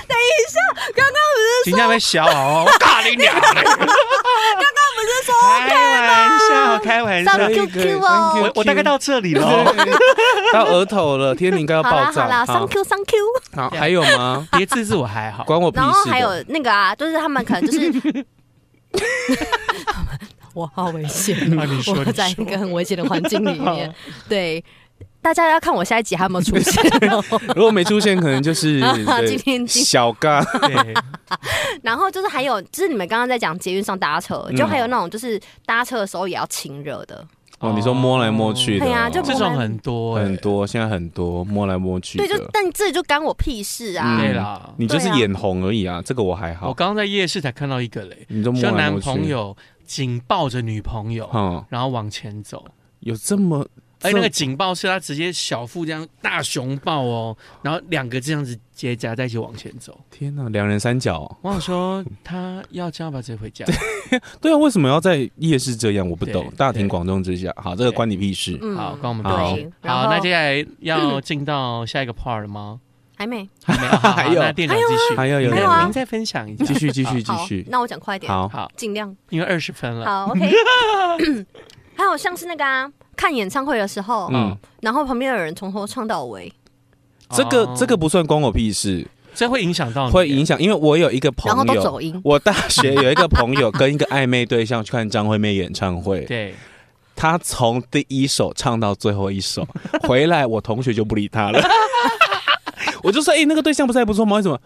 Speaker 3: 等一下，刚刚不是
Speaker 2: 今天被小哦，我打你娘嘞！刚刚不是说开玩笑，开玩
Speaker 3: 三
Speaker 1: 哎
Speaker 2: 笑，
Speaker 3: QQ 哦
Speaker 2: 我。我大概到这里了。
Speaker 1: 对到额头了，天灵盖要
Speaker 3: 好啦
Speaker 1: 爆
Speaker 3: 好
Speaker 1: 炸。
Speaker 3: 啦，三
Speaker 1: 好，
Speaker 3: Q 三 Q。
Speaker 1: 好还有吗？
Speaker 2: 叠字字我还好，
Speaker 1: 关我屁
Speaker 3: 然后
Speaker 1: 事
Speaker 3: 还
Speaker 1: 的。
Speaker 3: 有那个啊，就是他们可能就是。 我好危险哦
Speaker 2: 啊你说
Speaker 3: 我
Speaker 2: 你
Speaker 3: 在一
Speaker 2: 说
Speaker 3: 个很危险的环境 里面。对，大家要看我下一集还有没有出现哦。
Speaker 1: 如果没出现，可能就是 对
Speaker 3: 今天今
Speaker 1: 小嘎。
Speaker 2: 对，
Speaker 3: 然后就是还有，就是你们刚刚在讲捷运上搭车，
Speaker 1: 嗯
Speaker 3: 就还有那种就是搭车的时候也要亲热的。
Speaker 1: 哦，你说摸来摸去的哦，
Speaker 3: 对啊就
Speaker 2: 这种很多、欸、
Speaker 1: 很。多，现在很多摸来摸去的。
Speaker 3: 对，就但这就干我屁事啊！
Speaker 2: 对
Speaker 1: 嗯
Speaker 2: 啦，
Speaker 1: 你就是
Speaker 3: 对啊
Speaker 1: 眼红而已啊，这个我还
Speaker 2: 我
Speaker 1: 好。
Speaker 2: 刚刚在夜市才看到一个嘞，
Speaker 1: 你就摸
Speaker 2: 就
Speaker 1: 来
Speaker 2: 男
Speaker 1: 摸去。
Speaker 2: 朋，友紧抱着女朋友，
Speaker 1: 嗯，
Speaker 2: 然后往前走。
Speaker 1: 有这么，
Speaker 2: 而且
Speaker 1: 这
Speaker 2: 那个警报是他直接小腹这样大熊抱哦，然后两个这样子结夹在一起往前走。
Speaker 1: 天哪，两人三角。
Speaker 2: 我想说他要这样把自己回家，
Speaker 1: 对啊，为什么要在夜市这样？我不
Speaker 2: 对
Speaker 1: 懂。大庭
Speaker 2: 对
Speaker 1: 广众之下，好，这个
Speaker 2: 对
Speaker 1: 关你屁事。
Speaker 3: 嗯
Speaker 2: 好，关我们
Speaker 1: 好
Speaker 2: 到
Speaker 3: 对，然
Speaker 2: 好，
Speaker 3: 后
Speaker 2: 那接下来要进到下一个 part 了吗？
Speaker 3: 还没
Speaker 2: 还没有，好好
Speaker 1: 还有啊
Speaker 2: 那店长继续，
Speaker 1: 还有有
Speaker 2: 您
Speaker 3: 没
Speaker 1: 有
Speaker 3: 有啊
Speaker 2: 您再分享一下
Speaker 1: 继，续继续继
Speaker 3: 好
Speaker 1: 续，。
Speaker 3: 那我讲快一点，
Speaker 1: 好，
Speaker 2: 好，
Speaker 3: 尽量
Speaker 2: 因为二十分了，
Speaker 3: 好 OK。还 有像是那个啊，看演唱会的时候，
Speaker 1: 嗯，
Speaker 3: 然后旁边有人从头唱到尾，
Speaker 1: 这个
Speaker 2: 哦
Speaker 1: 这个不算关我屁事，
Speaker 2: 这会影响到你，
Speaker 1: 会影响，因为我有一个
Speaker 3: 然后
Speaker 1: 朋
Speaker 3: 都
Speaker 1: 友，
Speaker 3: 走音，
Speaker 1: 我大学有一个朋友跟一个暧昧对象去看张惠妹演唱会，
Speaker 2: 对，
Speaker 1: 他从第一首唱到最后一首， 回来我同学就不理他 了。我就说，哎、那个对象不是还不错吗？为什么？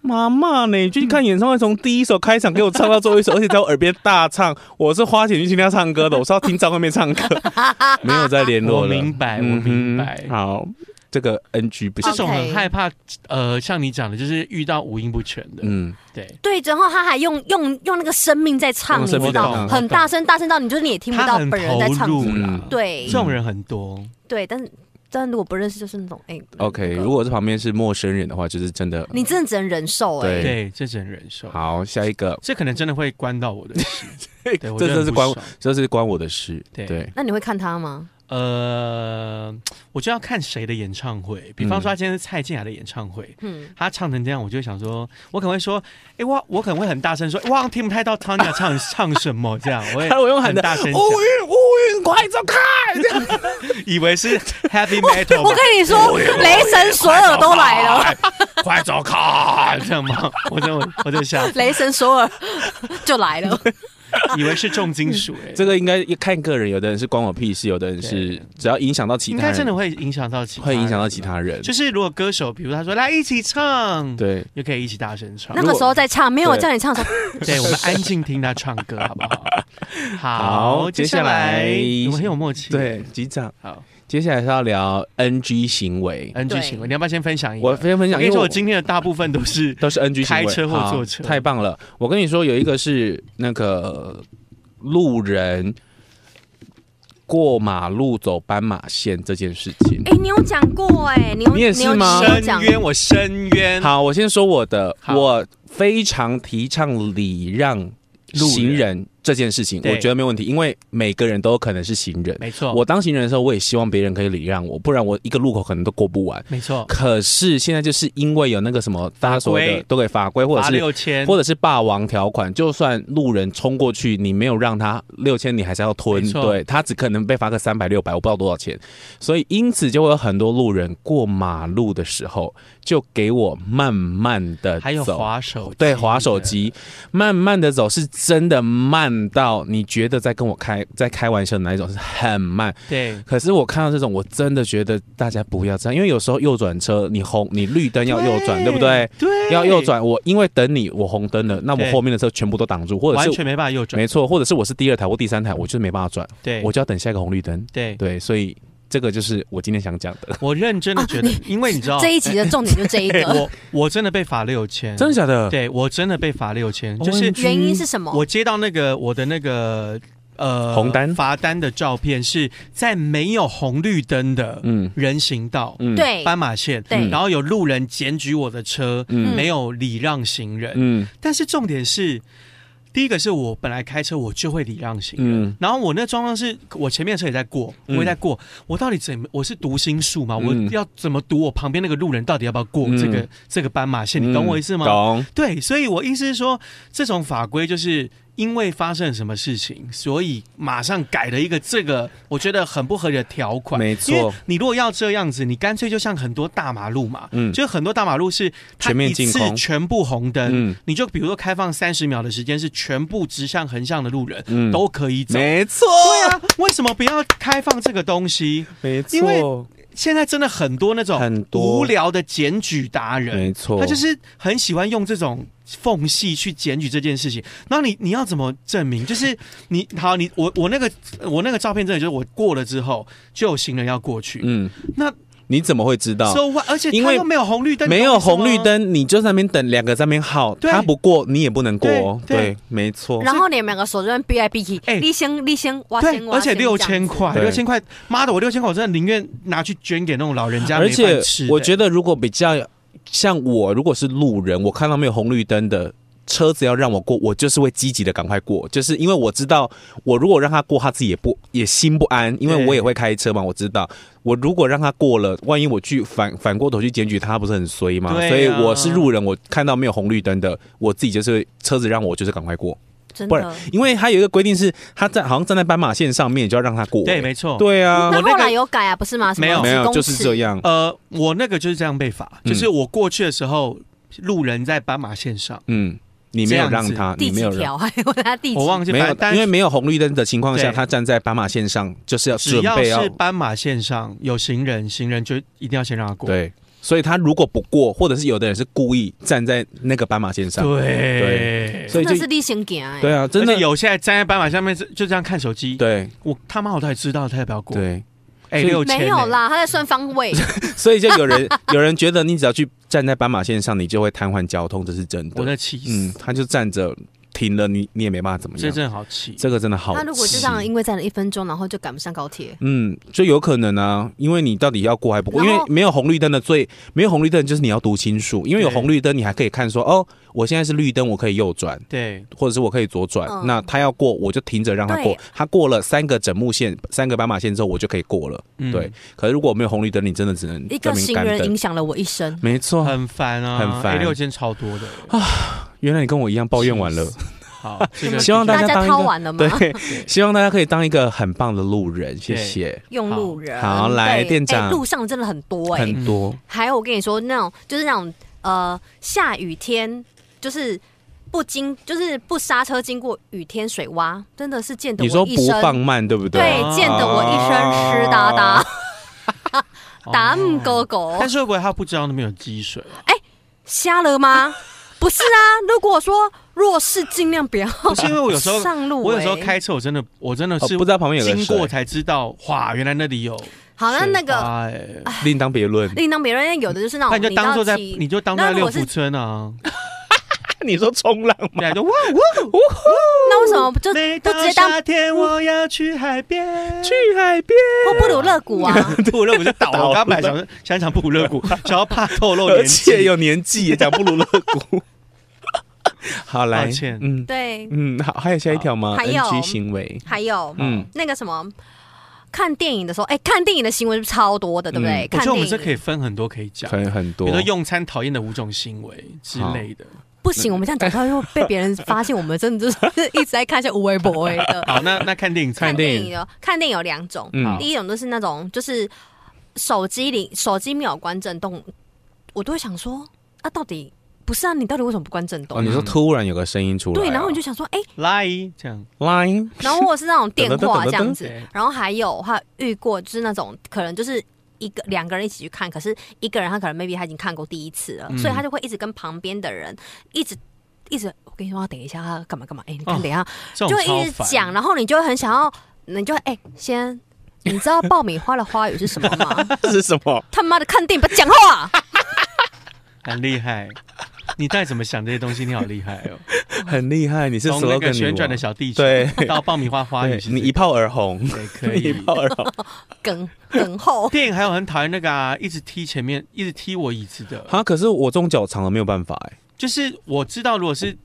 Speaker 1: 妈妈呢？你去看演唱会，从第一首开场给我唱到最后一首，而且在我耳边大唱。我是花钱去听他唱歌的，我是要听张惠妹唱 歌，没有再联络
Speaker 2: 我
Speaker 1: 了。
Speaker 2: 明白，我
Speaker 1: 嗯哼
Speaker 2: 明白。
Speaker 1: 好，这个 NG 不
Speaker 2: 这
Speaker 1: 行。
Speaker 2: 种很
Speaker 3: OK
Speaker 2: 害怕，呃，像你讲的，就是遇到五音不全的，
Speaker 1: 嗯，
Speaker 2: 对，
Speaker 3: 对，然后他还用用用那个生命在唱，
Speaker 1: 用
Speaker 3: 你
Speaker 1: 生
Speaker 2: 命
Speaker 3: 知道
Speaker 2: 在唱，
Speaker 3: 很大声，大声到你就是你也听不
Speaker 2: 他
Speaker 3: 到
Speaker 2: 很
Speaker 3: 本人在
Speaker 2: 投
Speaker 3: 唱什么。
Speaker 2: 入啦
Speaker 1: 嗯，
Speaker 3: 对
Speaker 2: 这种人很多，
Speaker 3: 对，但是但如果不认识，就是那种哎
Speaker 1: OK，如果是旁边是陌生人的话，就是真的。
Speaker 3: 你真的只能忍受
Speaker 1: 对
Speaker 3: 哎、
Speaker 2: 对，这只能忍受。
Speaker 1: 好，下一个，
Speaker 2: 这可能真的会关到 我的事，
Speaker 1: 这
Speaker 2: 对，我
Speaker 1: 这
Speaker 2: 真的
Speaker 1: 是关
Speaker 2: 很不，爽
Speaker 1: 这是关我的事。
Speaker 2: 对
Speaker 1: 对，
Speaker 3: 那你会看他吗？
Speaker 2: 呃，我就要看谁的演唱会，比
Speaker 1: 嗯
Speaker 2: 方说他今天是蔡健雅的演唱会，
Speaker 3: 嗯，
Speaker 2: 他唱成这样，我就会想说，我可能会说，哎、我我可能会很大声说，哇，听不太到 Tanya 唱唱什么这样，我会
Speaker 1: 他我用喊
Speaker 2: 很
Speaker 1: 的
Speaker 2: 大声
Speaker 1: 乌
Speaker 2: 讲，
Speaker 1: 云乌云快走 开！
Speaker 2: 以为是 Heavy
Speaker 3: 我
Speaker 2: Metal 吧。
Speaker 3: 跟你说，雷神索尔都来了，
Speaker 2: 快走开！这样吗？我真的我真的想，
Speaker 3: 雷神索尔就 来了。
Speaker 2: 以为是重金属哎、
Speaker 1: 这个应该看个人，有的人是关我屁事，有的人是
Speaker 2: 对
Speaker 1: 只要影响到其
Speaker 2: 应
Speaker 1: 他
Speaker 2: 该真
Speaker 1: 人，
Speaker 2: 的会影响到其他
Speaker 1: 会影响到其
Speaker 2: 人
Speaker 1: 他人
Speaker 2: 就。是如果歌手，比如他说来一起唱，，
Speaker 1: 对，
Speaker 2: 就可以一起大声唱
Speaker 3: 那。个时候在唱，没有叫你唱的时候，
Speaker 2: 对，我们安静听他唱歌，好不 好？
Speaker 1: 好
Speaker 2: 接
Speaker 1: 接下
Speaker 2: 下来
Speaker 1: 来
Speaker 2: 我们很有默契。，
Speaker 1: 对，局长，
Speaker 2: 好
Speaker 1: 接下来是要聊 NG 行为。
Speaker 2: ，NG
Speaker 3: 对
Speaker 2: 行为，你要不要先分享一个？
Speaker 1: 我先分
Speaker 2: 我
Speaker 1: 享，因
Speaker 2: 跟你
Speaker 1: 为
Speaker 2: 说，我今天的大部分都是
Speaker 1: 都是 NG 行为
Speaker 2: 开车或
Speaker 1: 好
Speaker 2: 坐车
Speaker 1: 太棒了！我跟你说，有一个是那个路人过马路走斑马线这件事情。
Speaker 3: 哎、你有讲过哎、你有
Speaker 1: 你也是吗
Speaker 3: 你有
Speaker 2: 深
Speaker 3: 讲，
Speaker 2: 渊，我深渊。
Speaker 1: 好，我先说我的，
Speaker 2: 好
Speaker 1: 我非常提倡礼让行人这件事情，
Speaker 2: 对
Speaker 1: 我觉得没问题，因为每个人都有可能是行人。
Speaker 2: 没错，
Speaker 1: 我当行人的时候，我也希望别人可以礼让我，不然我一个路口可能都过不完。
Speaker 2: 没错，
Speaker 1: 可是现在就是因为有那个什么，大家所谓
Speaker 2: 法
Speaker 1: 的
Speaker 2: 规
Speaker 1: 都给法规或者
Speaker 2: 罚
Speaker 1: 是
Speaker 2: 六千，
Speaker 1: 或者是霸王条款，就算路人冲过去，你没有让他六千，你还是要吞
Speaker 2: 没，错
Speaker 1: 对他只可能被罚个三百六百，我不知道多少钱。所以因此就会有很多路人过马路的时候，就给我慢慢的
Speaker 2: 还有
Speaker 1: 走。
Speaker 2: 滑手机，
Speaker 1: 对，滑手机，慢慢的走，是真的慢到你觉得在跟我开在开玩笑的那一种，是很慢。
Speaker 2: 对，
Speaker 1: 可是我看到这种，我真的觉得大家不要这样，因为有时候右转车，你红你绿灯要右转，对不对？？
Speaker 2: 对，
Speaker 1: 要右，转，我因为等你，我红灯了，那我
Speaker 2: 对
Speaker 1: 后面的车全部都挡住，或者
Speaker 2: 完
Speaker 1: 是
Speaker 2: 全没办法右转。
Speaker 1: 没错，或者是我是第二台或第三台，我就是没办法转，
Speaker 2: 对，
Speaker 1: 我就要等下一个红绿灯。
Speaker 2: 对，
Speaker 1: 对，所以这个就是我今天想讲的，
Speaker 2: 我认真的觉得，因为你知道，
Speaker 3: 哦这一集的重点就这一 个，
Speaker 2: 我我真的被罚六千，
Speaker 1: 真的哦假的？
Speaker 2: 嗯对我真的被罚六千，就是
Speaker 1: OMG
Speaker 3: 原因是什么？
Speaker 2: 我接到那个我的那个呃
Speaker 1: 红单
Speaker 2: 罚单的照片，是在没有红绿灯的
Speaker 1: 嗯
Speaker 2: 人行道、
Speaker 1: 嗯，
Speaker 3: 对，
Speaker 2: 斑马线，
Speaker 3: 对
Speaker 2: 然后有路人检举我的车、
Speaker 1: 嗯
Speaker 2: 没有礼让行人，
Speaker 1: 嗯
Speaker 2: 但是重点是，第一个是我本来开车我就会礼让行人。
Speaker 1: 嗯，
Speaker 2: 然后我那状况是我前面的车也在过，我
Speaker 1: 嗯
Speaker 2: 也在过，我到底怎么我是读心术吗？
Speaker 1: 嗯
Speaker 2: 我要怎么读我旁边那个路人到底要不要过
Speaker 1: 嗯
Speaker 2: 这个、这个斑马线？你懂我意思吗？
Speaker 1: 懂，
Speaker 2: 对，所以我意思是说，这种法规就是因为发生了什么事情，所以马上改了一个这个我觉得很不合理的条款。
Speaker 1: 没错
Speaker 2: 因为你如果要这样子，你干脆就像很多大马路嘛，
Speaker 1: 嗯
Speaker 2: 就是很多大马路是它
Speaker 1: 全面
Speaker 2: 一
Speaker 1: 净
Speaker 2: 次
Speaker 1: 空
Speaker 2: 全部红灯，
Speaker 1: 嗯
Speaker 2: 你就比如说开放三十秒的时间是全部直向横向的路人、
Speaker 1: 嗯，
Speaker 2: 都可以走。
Speaker 1: 没错，
Speaker 2: 啊对啊，为什么不要开放这个东西？
Speaker 1: 没
Speaker 2: 因为
Speaker 1: 错，
Speaker 2: 现在真的很多那种
Speaker 1: 很多
Speaker 2: 无聊的检举达人，
Speaker 1: 没错，
Speaker 2: 他就是很喜欢用这种缝隙去检举这件事情。然后你你要怎么证明？就是你好，你我我那个我那个照片真的就是我过了之后就有行人要过去，
Speaker 1: 嗯，
Speaker 2: 那
Speaker 1: 你怎么会知道？
Speaker 2: so what？而且
Speaker 1: 因
Speaker 2: 他
Speaker 1: 为
Speaker 2: 又没有红绿灯，
Speaker 1: 没
Speaker 2: 你
Speaker 1: 有
Speaker 2: 懂我意思
Speaker 1: 红
Speaker 2: 吗
Speaker 1: 绿。灯，你就在那边等两个在那边耗，
Speaker 2: 对
Speaker 1: 他不过你也不能过哦。
Speaker 2: 对对
Speaker 1: 对，没错。
Speaker 3: 然后你们两个手这边逼来逼去
Speaker 2: 哎，
Speaker 3: 立先立先挖
Speaker 2: 对
Speaker 3: 先，挖
Speaker 2: 而且
Speaker 3: 先这样
Speaker 2: 六
Speaker 3: 子
Speaker 2: 千块，
Speaker 1: 对
Speaker 2: 六千块，妈的，我六千块，我真的宁愿拿去捐给那种老人家
Speaker 1: 而
Speaker 2: 没
Speaker 1: 且
Speaker 2: 饭吃的。
Speaker 1: 我觉得，如果比较像我，如果是路人，我看到没有红绿灯的车子要让我过，我就是会积极的赶快过，就是因为我知道，我如果让他过，他自己也不也心不安，因为我也会开车嘛，我知道，我如果让他过了，万一我去反反过头去检举他，不是很衰吗？
Speaker 2: 对啊
Speaker 1: 所以我是路人，我看到没有红绿灯的，我自己就是车子让我就是赶快过，
Speaker 3: 真
Speaker 1: 不然
Speaker 3: 的。
Speaker 1: 因为他有一个规定是，他在好像站在斑马线上面，你就要让他过、
Speaker 2: 对，没错，
Speaker 1: 对啊，
Speaker 2: 呃
Speaker 3: 那
Speaker 2: 我那
Speaker 3: 后来
Speaker 2: 个
Speaker 3: 有改啊，不是吗？什么
Speaker 2: 没有
Speaker 3: 几
Speaker 1: 没有
Speaker 3: 公
Speaker 1: 就是
Speaker 3: 尺
Speaker 1: 这样，
Speaker 2: 呃，我那个就是这样被罚，
Speaker 1: 嗯
Speaker 2: 就是我过去的时候，路人在斑马线上，
Speaker 1: 嗯，你没有
Speaker 2: 这样
Speaker 1: 让
Speaker 2: 子
Speaker 1: 他，
Speaker 3: 第
Speaker 1: 你没
Speaker 3: 几
Speaker 1: 有让。
Speaker 3: 条， 还有他第几，
Speaker 2: 我忘记，
Speaker 1: 没
Speaker 2: 反
Speaker 1: 有
Speaker 2: 正，但
Speaker 1: 因为没有红绿灯的情况下，
Speaker 2: 对
Speaker 1: 他站在斑马线上就是要
Speaker 2: 只
Speaker 1: 准
Speaker 2: 要
Speaker 1: 备啊要
Speaker 2: 是斑马线上有行人，行人就一定要先让他过。
Speaker 1: 对，所以他如果不过，或者是有的人是故意站在那个斑马线上，
Speaker 2: 对
Speaker 1: 啊对，所
Speaker 3: 真
Speaker 1: 以
Speaker 3: 的
Speaker 1: 就是
Speaker 3: 立先行哎。
Speaker 1: 对啊，真
Speaker 2: 真
Speaker 1: 的
Speaker 2: 的有现在站在斑马下面就这样看手机，
Speaker 1: 对
Speaker 2: 我他妈我到底知道他要不要过？，
Speaker 1: 对，
Speaker 2: 哎，
Speaker 1: 所以
Speaker 2: 六千
Speaker 3: 没有，啦，他在算方 位，
Speaker 1: 所以就有人有人觉得你只要去站在斑马线上，你就会瘫痪交通，这是真
Speaker 2: 欸我
Speaker 1: 的。
Speaker 2: 在气
Speaker 1: 嗯
Speaker 2: 死，，
Speaker 1: 他就站着停了，你你也没办法怎么
Speaker 2: 这
Speaker 1: 样。
Speaker 2: 真的好气。
Speaker 1: 这个真的好气，
Speaker 3: 他如果就这样，因为站了一分钟，然后就赶不上高铁，
Speaker 1: 嗯，就有可能啊，因为你到底要过还不过？因
Speaker 3: 然
Speaker 1: 为
Speaker 3: 后
Speaker 1: 没有红绿灯的最没有红绿灯就是你要读清楚，因为有
Speaker 2: 对
Speaker 1: 红绿灯你还可以看说哦，我现在是绿灯，我可以右转，
Speaker 2: 对，
Speaker 1: 或者是我可以左转。
Speaker 3: 嗯
Speaker 1: 那他要过，我就停着让他过
Speaker 3: 对。
Speaker 1: 他过了三个整木线、三个斑马线之后，我就可以过了。
Speaker 2: 嗯
Speaker 1: 对，可是如果没有红绿灯，你真的只能在
Speaker 3: 一个
Speaker 1: 那边
Speaker 3: 行
Speaker 1: 干
Speaker 3: 人
Speaker 1: 等
Speaker 3: 影响了我一生。
Speaker 1: 没错，
Speaker 2: 很烦啊，
Speaker 1: 很烦啊
Speaker 2: 六千超多的。
Speaker 1: 原来你跟我一样抱怨完了
Speaker 2: 气。好，这个
Speaker 1: 希望大家当一
Speaker 3: 掏
Speaker 1: 个
Speaker 3: 完了 吗？
Speaker 1: 对，希望大家可以当一个很棒的路人，谢谢。
Speaker 3: 用路人。
Speaker 1: 好来
Speaker 3: 对
Speaker 1: 店长
Speaker 3: 哎路上真的很多
Speaker 2: 嗯
Speaker 3: 哎、
Speaker 1: 很多，
Speaker 3: 还有我跟你说，那种就是那种呃下雨天，就是不经就是不刹车经过雨天水洼，真的是溅得
Speaker 1: 你说
Speaker 3: 我一
Speaker 1: 不
Speaker 3: 身
Speaker 1: 放慢，对不对？
Speaker 3: 对
Speaker 2: 啊
Speaker 3: 溅得我一身湿哒哒，
Speaker 2: 哦
Speaker 3: 打唔狗狗
Speaker 2: 但是会不会他不知道那边有积水啊？
Speaker 3: 瞎了吗？不是 啊，如果说弱势尽量不要
Speaker 2: 不是因为我有时候
Speaker 3: 上路、
Speaker 2: 我有时候
Speaker 3: 哎
Speaker 2: 开车，我真的我真的
Speaker 1: 哦
Speaker 2: 是
Speaker 1: 不知道旁边有个
Speaker 2: 经过
Speaker 1: 水，
Speaker 2: 才知道，哇，原来那里有水
Speaker 3: 好那那个
Speaker 2: 花欸
Speaker 1: 啊另当别 论。
Speaker 3: 另当别人，有的就是那
Speaker 2: 那
Speaker 3: 种
Speaker 2: 你就当做在，
Speaker 3: 你知道骑
Speaker 2: 你就当做在
Speaker 3: 那如
Speaker 2: 六
Speaker 3: 果是
Speaker 2: 福村 啊，
Speaker 1: 你说冲浪
Speaker 2: 对，就哇哇，
Speaker 3: 那为什么就
Speaker 2: 每
Speaker 3: 不
Speaker 2: 到
Speaker 3: 直接当
Speaker 2: 夏天我要去海 边，
Speaker 1: 去海边，
Speaker 3: 或布鲁勒谷啊？
Speaker 2: 布勒谷就倒了，
Speaker 1: 倒了
Speaker 2: 我刚本来想想讲布勒谷， 想要怕透露
Speaker 1: 而
Speaker 2: 年
Speaker 1: 且
Speaker 2: 纪，
Speaker 1: 有年纪也讲不如乐 谷。好来，
Speaker 2: 抱歉
Speaker 1: 嗯
Speaker 3: 对，
Speaker 1: 嗯，好，还有下一条吗
Speaker 3: 哦还有
Speaker 1: ？NG 行为，
Speaker 3: 还有
Speaker 1: 嗯，
Speaker 3: 那个什么，看电影的时候，哎、看电影的行为是不是超多的，对不对？
Speaker 1: 嗯
Speaker 2: 我
Speaker 3: 看
Speaker 2: 觉得我
Speaker 3: 电
Speaker 2: 们这可
Speaker 3: 影
Speaker 2: 以分很多可以讲
Speaker 1: 可。能很
Speaker 2: 比
Speaker 1: 多
Speaker 2: 如说。用餐讨厌的五种行为之类的。
Speaker 3: 不行，我们这样讲出来又被别人发现，我们真的就是一直在看一些无微博微的。
Speaker 2: 好，那那看电影，
Speaker 3: 看
Speaker 2: 看
Speaker 3: 电影有看电影有两种，
Speaker 1: 嗯
Speaker 3: 第一种就是那种就是手机里手机没有关震动，我都会想说啊，到底不是啊？你到底为什么不关震动？
Speaker 1: 哦，你说
Speaker 2: 嗯
Speaker 1: 突然有个声音出来啊，
Speaker 3: 对，
Speaker 2: 哦
Speaker 3: 然后你就想说，哎、
Speaker 2: 来这样，
Speaker 1: Line，
Speaker 3: 然后或者是那种电话这样子
Speaker 2: 对，
Speaker 3: 然后还有还有遇过就是那种可能就是一个两个人一起去看，可是一个人他可能 maybe 他已经看过第一次了，
Speaker 2: 嗯
Speaker 3: 所以他就会一直跟旁边的人一直一直，我跟你说他等一下他干嘛干嘛，哎、你看
Speaker 2: 哦
Speaker 3: 等一下、
Speaker 2: 这
Speaker 3: 就
Speaker 2: 种
Speaker 3: 会
Speaker 2: 超
Speaker 3: 一直
Speaker 2: 烦。
Speaker 3: 讲，然后你就会很想要，你就会哎、先。你知道爆米花的花语是什么 吗？
Speaker 1: 这是什么？
Speaker 3: 他妈的，看电影不讲话，
Speaker 2: 很厉害。你到底怎么想这些东西？你好厉害哦！
Speaker 1: 很厉害，你是
Speaker 2: 从那个
Speaker 1: slogan
Speaker 2: 旋
Speaker 1: 女
Speaker 2: 转的
Speaker 1: 王
Speaker 2: 小地球，
Speaker 1: 对
Speaker 2: 到爆米花花语
Speaker 1: 对，
Speaker 2: 是这个，
Speaker 1: 你一炮而红，
Speaker 2: 对可
Speaker 1: 你 一
Speaker 2: 以。
Speaker 1: 炮而 红。
Speaker 3: 梗梗后。
Speaker 2: 电影还有很讨厌那个啊，一直踢前面，一直踢我椅子的，
Speaker 1: 啊，可是我这种脚长的没有办法哎，
Speaker 2: 就是我知道如果是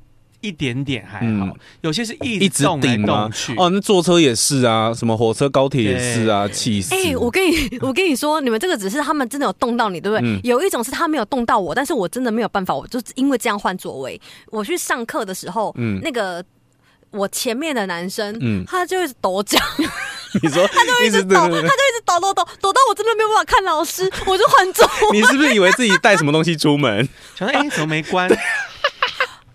Speaker 2: 一点点还好
Speaker 1: 嗯，
Speaker 2: 有些是一
Speaker 1: 一
Speaker 2: 直
Speaker 1: 直
Speaker 2: 动来
Speaker 1: 顶吗
Speaker 2: 动去。？
Speaker 1: 哦，那坐车也是啊，什么火车、高铁也是啊，气死！
Speaker 3: 哎、我跟你，我跟你说，你们这个只是他们真的有动到你，对不对？
Speaker 1: 嗯
Speaker 3: 有一种是他没有动到我，但是我真的没有办法，我就是因为这样换座位。我去上课的时候，
Speaker 1: 嗯
Speaker 3: 那个我前面的男生，
Speaker 1: 嗯
Speaker 3: 他就一直抖脚，
Speaker 1: 你说一直
Speaker 3: 抖， 他就一直抖抖抖抖到我真的没有办法看 老师，我就换座。
Speaker 1: 你是不是以为自己带什么东西出门？
Speaker 2: 想说哎，怎么没关？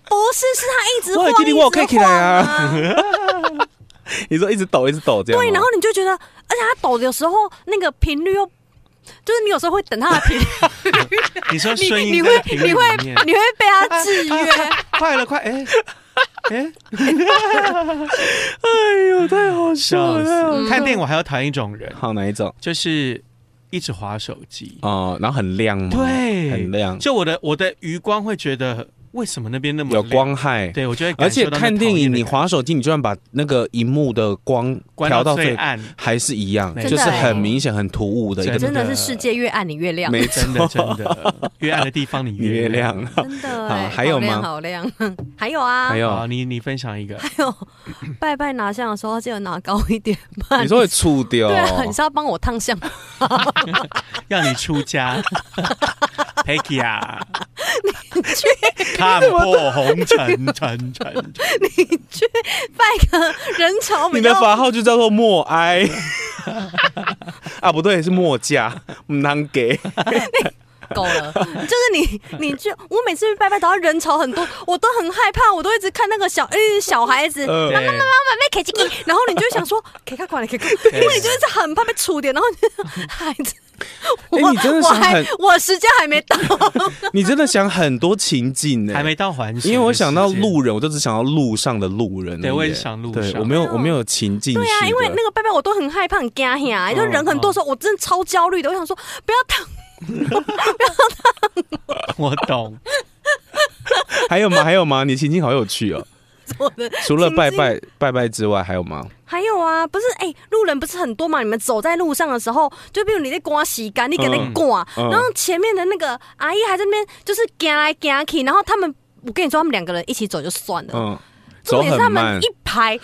Speaker 3: 不是，是他一直
Speaker 1: 我
Speaker 3: 晃，
Speaker 1: 也记得我有
Speaker 3: 一直
Speaker 1: kick 来啊啊
Speaker 3: 晃啊
Speaker 1: 你说一直抖，一直抖这样吗。
Speaker 3: 对，然后你就觉得，而且他抖的时候那个频率又就是你有时候会等他的评 论，
Speaker 2: 你说
Speaker 3: 你
Speaker 2: 声音
Speaker 3: 你
Speaker 2: 在
Speaker 3: 会
Speaker 2: 评
Speaker 3: 你
Speaker 2: 论里
Speaker 3: 会
Speaker 2: 面，啊
Speaker 3: 你会被他制约，
Speaker 2: 快了快，哎哎，
Speaker 1: 哎呦，太 好哦嗯
Speaker 2: 笑
Speaker 1: 太好
Speaker 2: 死！看电影我还要讨厌一种人，
Speaker 1: 好哪一种？
Speaker 2: 就是一直划手机，
Speaker 1: 哦，然后很亮吗？
Speaker 2: 对，
Speaker 1: 很亮，
Speaker 2: 就我的我的余光会觉得，为什么那边那么
Speaker 1: 有
Speaker 2: 亮？
Speaker 1: 光害。
Speaker 2: 对我就会
Speaker 1: 而
Speaker 2: 感
Speaker 1: 且
Speaker 2: 受到那讨
Speaker 1: 看
Speaker 2: 厌的感觉，
Speaker 1: 电影，你划手机，你就算把那个荧幕的光
Speaker 2: 关
Speaker 1: 调到
Speaker 2: 最
Speaker 1: 最，
Speaker 2: 暗，
Speaker 1: 还是一样，
Speaker 2: 真
Speaker 1: 就
Speaker 3: 的
Speaker 1: 是
Speaker 3: 欸
Speaker 1: 很明显、很突兀的一个
Speaker 2: 真
Speaker 3: 真
Speaker 2: 的
Speaker 3: 的是世界越暗你越亮，
Speaker 1: 没
Speaker 2: 真的真的，越暗的地方你
Speaker 1: 月
Speaker 2: 亮。
Speaker 1: 亮。
Speaker 3: 真的
Speaker 1: 好
Speaker 3: 哎
Speaker 1: 还有
Speaker 3: 好亮
Speaker 1: 吗
Speaker 3: 好亮， 还有啊，
Speaker 1: 还
Speaker 2: 好，
Speaker 1: 有，
Speaker 2: 你你分享一个，
Speaker 3: 还有拜拜拿香的时候记得拿高一点，不然
Speaker 1: 你说会触掉？
Speaker 3: 对啊，你是要帮我烫香，
Speaker 2: 要你出家，Peggy 啊，
Speaker 3: 去
Speaker 2: 看破红尘尘尘，
Speaker 3: 拜个 人潮比
Speaker 1: 你的
Speaker 3: 较
Speaker 1: 法号就叫做默 哀。啊，不对，是默架，难给。
Speaker 3: 够了，就是你，你就我每次去拜拜，找到人潮很多，我都很害怕，我都一直看那个小，哎、小孩子，
Speaker 1: 呃
Speaker 2: 对
Speaker 3: 慢慢 K 几 K，然后你就会想说 K 看过来 K 看，
Speaker 2: 对
Speaker 3: 因为你就是很怕被触点，然后你 孩子，我、
Speaker 1: 哎你真的
Speaker 3: 我
Speaker 1: 想
Speaker 3: 还
Speaker 1: 很
Speaker 3: 我时间还没到，
Speaker 1: 你真的想很多情境呢、
Speaker 2: 还没到还手，
Speaker 1: 因为我想到路，人，我就只想到路上的路人而已耶。
Speaker 2: 对我也是想路
Speaker 1: 对
Speaker 2: 上
Speaker 1: 我没有，
Speaker 3: 哎呦
Speaker 1: 我没有情境式的。哦
Speaker 3: 对啊，因为那个拜拜我都很害怕，很惊吓，就人很多的时候，我真的超焦虑的，我想说不要烫，
Speaker 2: 我懂，
Speaker 1: 还有吗？还有吗？你情境好有趣 哦。
Speaker 3: 我的
Speaker 1: 除了
Speaker 3: 情境
Speaker 1: 拜拜拜拜之外，还有吗？
Speaker 3: 还有啊，不是哎、路人不是很多嘛？你们走在路上的时候，就比如你在刮洗干，你给那
Speaker 1: 嗯
Speaker 3: 刮，
Speaker 1: 嗯
Speaker 3: 然后前面的那个阿姨还在那边就是赶来赶去，然后他们，我跟你说，他们两个人一起走就算了，
Speaker 1: 嗯，
Speaker 3: 重
Speaker 1: 走
Speaker 3: 点是
Speaker 1: 很
Speaker 3: 他
Speaker 1: 慢
Speaker 3: 们一。排，
Speaker 2: 哦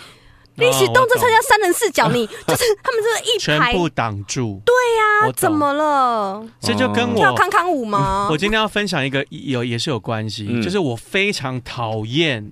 Speaker 3: 一起动作
Speaker 2: 我懂
Speaker 3: 参加三人四脚，你就是他们就是一
Speaker 2: 全
Speaker 1: 哦
Speaker 3: 排，
Speaker 2: 部挡住，
Speaker 3: 对呀、
Speaker 2: 我懂
Speaker 3: 怎么了？
Speaker 2: 这就
Speaker 1: 哦
Speaker 2: 跟
Speaker 3: 跳
Speaker 2: 我。
Speaker 3: 康康舞吗？。
Speaker 2: 我今天要分享一个有也是有关系，
Speaker 1: 嗯
Speaker 2: 就是我非常讨厌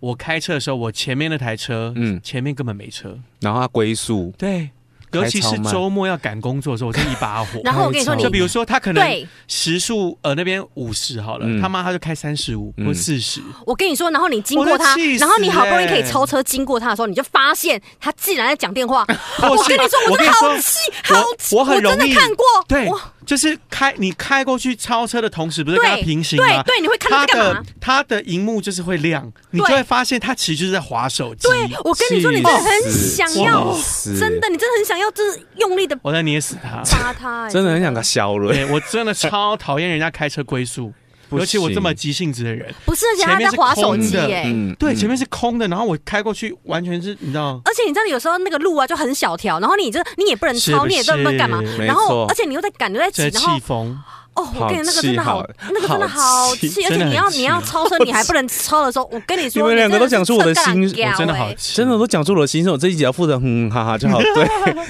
Speaker 2: 我开车的时候，我前面那台车，
Speaker 1: 嗯
Speaker 2: 嗯，前面根本没车，
Speaker 1: 然后它龟速，
Speaker 2: 对，
Speaker 1: 开
Speaker 2: 尤其
Speaker 1: 超
Speaker 2: 是
Speaker 1: 慢
Speaker 2: 周末要赶工作的时候，我真一把火
Speaker 3: 然后我跟你说
Speaker 1: 太吵
Speaker 3: 你，
Speaker 2: 就
Speaker 1: 了
Speaker 2: 比如说他可能
Speaker 3: 对
Speaker 2: 时速呃那边五十好了，
Speaker 1: 嗯
Speaker 2: 他妈他就开三十五
Speaker 1: 嗯
Speaker 2: 或四十，
Speaker 3: 我跟你说，然后你经过
Speaker 2: 我
Speaker 3: 他
Speaker 2: 都气，死
Speaker 3: 然后你好不容易可
Speaker 2: 欸
Speaker 3: 以超车经过他的时候，你就发现他竟然在讲电话。
Speaker 2: 或
Speaker 3: 我
Speaker 2: 是
Speaker 3: 跟你说，
Speaker 2: 我
Speaker 3: 我
Speaker 2: 跟你
Speaker 3: 真的
Speaker 2: 说
Speaker 3: 好气，好气，
Speaker 2: 我我很容
Speaker 3: 真
Speaker 2: 易
Speaker 3: 的看过，
Speaker 2: 对
Speaker 3: 我，
Speaker 2: 就是开你开过去超车的同时，不是跟他
Speaker 3: 对
Speaker 2: 平行
Speaker 3: 对
Speaker 2: 吗？
Speaker 3: 对，你会看
Speaker 2: 他
Speaker 3: 他在干
Speaker 2: 的
Speaker 3: 嘛？
Speaker 2: 他的荧幕就是会亮，你就
Speaker 3: 对
Speaker 2: 会发现他其实就是在划手机。
Speaker 3: 对，我跟你说，你真的很想要，
Speaker 1: 气死
Speaker 3: 真的，你真的很想要，就是用力的
Speaker 2: 我在捏死 他。
Speaker 3: 扒他，哎
Speaker 1: 真的很想个小人。
Speaker 2: 对我真的超讨厌人家开车龟速，
Speaker 1: 不
Speaker 2: 尤其我
Speaker 1: 行
Speaker 2: 这么急性子的人。
Speaker 3: 不是，而且
Speaker 2: 前
Speaker 3: 他
Speaker 2: 面
Speaker 3: 在
Speaker 2: 是
Speaker 3: 划手机，
Speaker 2: 空的
Speaker 3: 哎。
Speaker 1: 嗯
Speaker 2: 对，
Speaker 1: 嗯
Speaker 2: 前面是空的，然后我开过去，完全是你知道，
Speaker 3: 而且你知道，有时候那个路啊就很小条，然后你这你也不能
Speaker 2: 是不
Speaker 3: 超，你也不能干嘛
Speaker 2: 是，
Speaker 1: 没
Speaker 3: 然后
Speaker 1: 错
Speaker 3: 而且你又在赶又在挤
Speaker 2: 这，
Speaker 3: 呃然后
Speaker 2: 气疯，
Speaker 3: 哦，我跟你那个真的
Speaker 1: 好
Speaker 3: 好
Speaker 1: 气好，
Speaker 3: 那个真的
Speaker 1: 好
Speaker 3: 好
Speaker 1: 气
Speaker 3: 气，而
Speaker 2: 真
Speaker 3: 且
Speaker 2: 的
Speaker 3: 你要
Speaker 2: 很气
Speaker 3: 你要超车，你还不能超的时候，我跟你说，
Speaker 1: 你们两个都讲出我的心
Speaker 3: 你真
Speaker 2: 我
Speaker 3: 是欸
Speaker 2: 真
Speaker 3: 侧
Speaker 2: 的
Speaker 3: 干
Speaker 2: 好
Speaker 3: 屌，
Speaker 2: 气，
Speaker 1: 真的我都讲出了我心声，我这一集要负责哼哼哈哈就好。 对，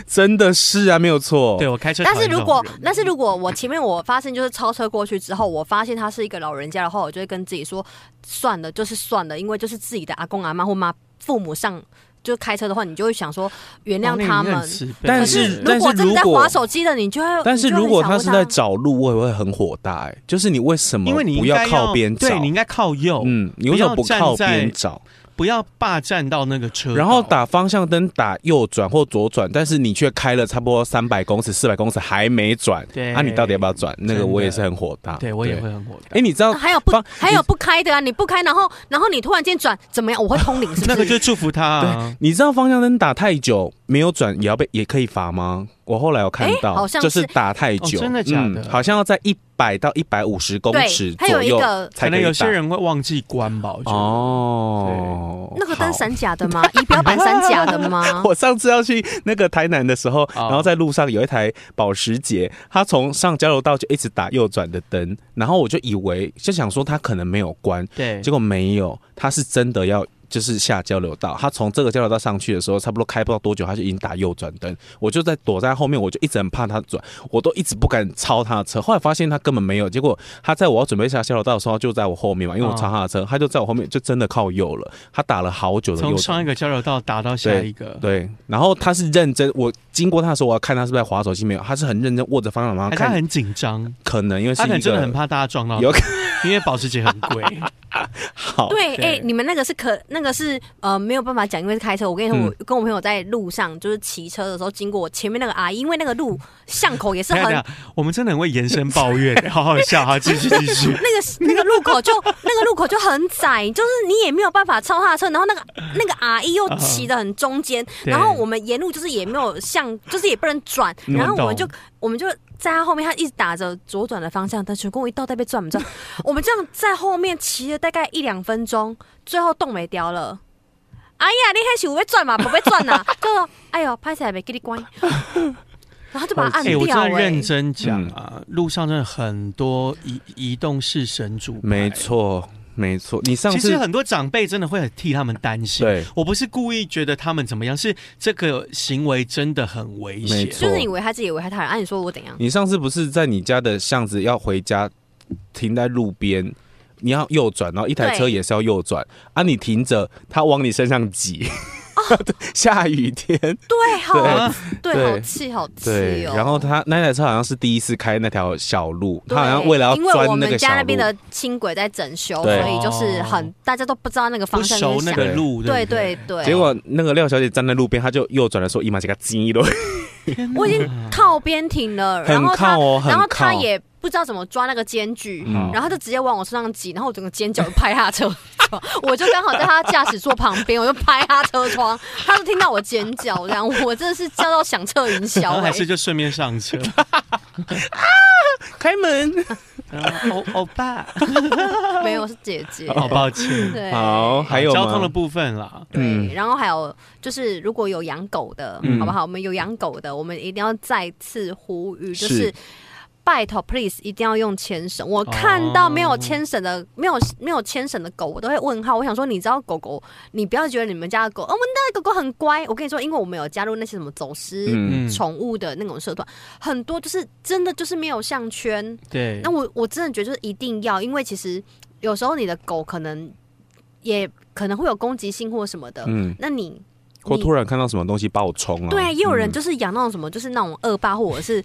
Speaker 1: 真的是啊，没有错。
Speaker 2: 对我开车讨
Speaker 3: 但
Speaker 2: 厌
Speaker 3: 是
Speaker 2: 这种人。
Speaker 3: 如果，但是如果我前面我发现就是超车过去之后，我发现他是一个老人家的话，我就会跟自己说，算了，就是算了，因为就是自己的阿公阿妈或妈父母上就开车的话，你就会想说原
Speaker 1: 哦
Speaker 3: 谅他们。
Speaker 1: 但
Speaker 3: 可
Speaker 1: 是
Speaker 3: 如果真的在
Speaker 1: 但是如果
Speaker 3: 划手机的，你就会，
Speaker 1: 但是
Speaker 3: 你就会
Speaker 1: 如果
Speaker 3: 想
Speaker 1: 他
Speaker 3: 问
Speaker 1: 是在找路，我也会很火大、哎，就是你为什么
Speaker 2: 因为你应
Speaker 1: 不
Speaker 2: 该
Speaker 1: 靠边找？
Speaker 2: 对你应该靠右，
Speaker 1: 嗯，你为什么不靠边找？
Speaker 2: 不要霸占到那个车道，
Speaker 1: 然后打方向灯打右转或左转，但是你却开了差不多三百公尺、四百公尺还没转，
Speaker 2: 对
Speaker 1: 啊，你到底要不要转？那个
Speaker 2: 真的
Speaker 1: 我也是很火大，
Speaker 2: 对我也会。很火大
Speaker 1: 哎、。你知道
Speaker 3: 啊还有不
Speaker 1: 方
Speaker 3: 还有不开的啊，你不开，然后然后你突然间转怎么样？我会通灵是不
Speaker 2: 那
Speaker 3: 是？
Speaker 2: 个就祝福他啊，
Speaker 1: 你知道方向灯打太久没有转也要被也可以罚吗？我后来有看到，
Speaker 3: 哎好像
Speaker 1: 就是是打太久，嗯
Speaker 2: 哦真的假的
Speaker 1: 好像要在一百到一百五十公
Speaker 3: 对
Speaker 1: 尺
Speaker 3: 还有
Speaker 1: 左
Speaker 3: 一
Speaker 1: 右
Speaker 3: 个
Speaker 1: 才
Speaker 2: 可
Speaker 1: 可
Speaker 2: 能
Speaker 1: 以
Speaker 2: 有些
Speaker 1: 打
Speaker 2: 人会忘记关吧，我觉得
Speaker 1: 哦，
Speaker 3: 那个灯
Speaker 1: 好。？
Speaker 3: 闪假的吗？ 仪表板闪假的吗
Speaker 1: 我上次要去那个台南的时候，
Speaker 2: 哦
Speaker 1: 然后在路上有一台保时捷，它从上交流道就一直打右转的灯，然后我就以为就想说它可能没有关，
Speaker 2: 对，
Speaker 1: 结果没有，它是真的要就是下交流道，它从这个交流道上去的时候，差不多开不到多久，它就已经打右转灯，我就在躲在后面，我就一直很怕它转，我都一直不敢超它的车，后来发现它根本没有，结果它在我要准备下交流道的时候就在我后面嘛，因为我
Speaker 2: 哦
Speaker 1: 超它的车，它就在我后面就真的靠右了，它打了好久的右
Speaker 2: 从
Speaker 1: 转
Speaker 2: 上一个交流道打到下一个，
Speaker 1: 对，然后他是认真，我经过他的时候，我要看他是不是在划手机，没有，他是很认真握着方向盘
Speaker 2: 哎还是他
Speaker 1: 看，
Speaker 2: 很紧张，
Speaker 1: 可能因为是
Speaker 2: 他可
Speaker 1: 一
Speaker 2: 能
Speaker 1: 个
Speaker 2: 真的很怕大家撞到，
Speaker 1: 有
Speaker 2: 因为保时捷很贵，
Speaker 1: 好，
Speaker 3: 对，
Speaker 2: 对
Speaker 3: 哎、你们那个是可那个是呃没有办法讲，因为是开车。我跟你说，
Speaker 1: 嗯
Speaker 3: 我跟我朋友在路上就是骑车的时候，经过我前面那个阿姨，因为那个路巷口也是
Speaker 2: 等一
Speaker 3: 很
Speaker 2: 下等一下，我们真的很会延伸抱怨，好好笑，好，继续继 续。
Speaker 3: 那个 那个路口就那个路口就很窄，就是你也没有办法超他的车，然后那个那个阿姨又骑的很中间，
Speaker 2: 啊对
Speaker 3: 然后我们沿路就是也没有向，就是也不能转，
Speaker 1: 嗯
Speaker 3: 然后我
Speaker 2: 我
Speaker 3: 们
Speaker 2: 懂
Speaker 3: 就我们就在他后面，他一直打着左转的方向灯，但是跟我一道带被转 不转，我们这样在后面骑了大概一两分钟，最后冻没掉了。哎呀，你还是有被转嘛，不被转呐， 就说哎呦，拍起来没给你关， 然后就把它按
Speaker 2: 哎、我真
Speaker 3: 掉、
Speaker 2: 的认
Speaker 1: 欸
Speaker 3: 哎，
Speaker 2: 真
Speaker 1: 嗯
Speaker 2: 讲啊，路上真的很多移移动式神主牌
Speaker 1: 没。错，没错。你上
Speaker 2: 其
Speaker 1: 次
Speaker 2: 实很多长辈真的会很替他们担心。
Speaker 1: 对
Speaker 2: 我不是故意觉得他们怎么样，是这个行为真的很危
Speaker 1: 没
Speaker 2: 险。
Speaker 1: 错
Speaker 3: 就是你以为他自己，以为他他人，按、你说我怎样？
Speaker 1: 你上次不是在你家的巷子要回家，停在路边，你要右转，然后一台
Speaker 3: 对
Speaker 1: 车也是要右转啊，你停着，它往你身上挤。 下雨 天，
Speaker 3: 对，好
Speaker 1: 对
Speaker 2: 啊，
Speaker 3: 对，
Speaker 1: 对
Speaker 3: 好气好气
Speaker 1: 对，
Speaker 3: 哦。
Speaker 1: 然后他那台车好像是第一次开那条小路，
Speaker 3: 对
Speaker 1: 他好像为了要
Speaker 3: 因为我
Speaker 1: 钻那个
Speaker 3: 们
Speaker 1: 小
Speaker 3: 家那
Speaker 1: 路
Speaker 3: 边，的轻轨在整修，所
Speaker 1: 对
Speaker 3: 以就是很大家都不知道那个
Speaker 2: 哦不
Speaker 3: 方向
Speaker 2: 熟
Speaker 3: 是
Speaker 2: 那
Speaker 3: 想
Speaker 2: 个路，
Speaker 3: 对
Speaker 2: 不对
Speaker 3: 对对，
Speaker 1: 结果那个廖小姐站在路边，她就右转的时候，一马这个鸡了，
Speaker 3: 我已经靠边停了，然
Speaker 1: 很
Speaker 3: 后他
Speaker 1: 靠哦，很
Speaker 3: 然后
Speaker 1: 靠
Speaker 3: 他。也不知道怎么抓那个间距，
Speaker 1: 嗯
Speaker 3: 然后就直接往我身上挤，然后我整个尖角就拍他的车 窗，我就刚好在他驾驶座旁边，我就拍他车窗，他就听到我尖叫，这样我真的是叫到响彻云霄、
Speaker 2: 然 后
Speaker 3: 欸，
Speaker 2: 还是就顺便上车。
Speaker 3: 哎
Speaker 1: 开门。
Speaker 2: 呃欧欧巴，
Speaker 3: 没有是姐姐，
Speaker 2: 好抱歉。
Speaker 3: 对，
Speaker 1: 好，还有
Speaker 2: 交通的
Speaker 1: 吗？
Speaker 2: 部分啦，
Speaker 1: 嗯
Speaker 3: 对，然后还有就是，如果有养狗的，
Speaker 1: 嗯
Speaker 3: 好不好？我们有养狗的，我们一定要再次呼吁，就是是拜托，please，一定要用牵绳。我看到没有牵绳
Speaker 1: 哦
Speaker 3: 的，没有没有牵绳的狗，我都会问号。我想说，你知道狗狗，你不要觉得你们家的狗，哦，我们家的狗狗很乖。我跟你说，因为我们有加入那些什么走失
Speaker 1: 嗯，
Speaker 2: 嗯，
Speaker 3: 宠物的那种社团，很多就是真的就是没有项圈，
Speaker 2: 对
Speaker 3: 那，我我真的觉得就是一定要，因为其实有时候你的狗可能也可能会有攻击性或什么的，
Speaker 1: 嗯，
Speaker 3: 那你
Speaker 1: 或
Speaker 3: 你
Speaker 1: 突然看到什么东西爆冲啊？
Speaker 3: 对啊，也有人
Speaker 1: 嗯
Speaker 3: 就是养那种什么，就是那种恶霸或者是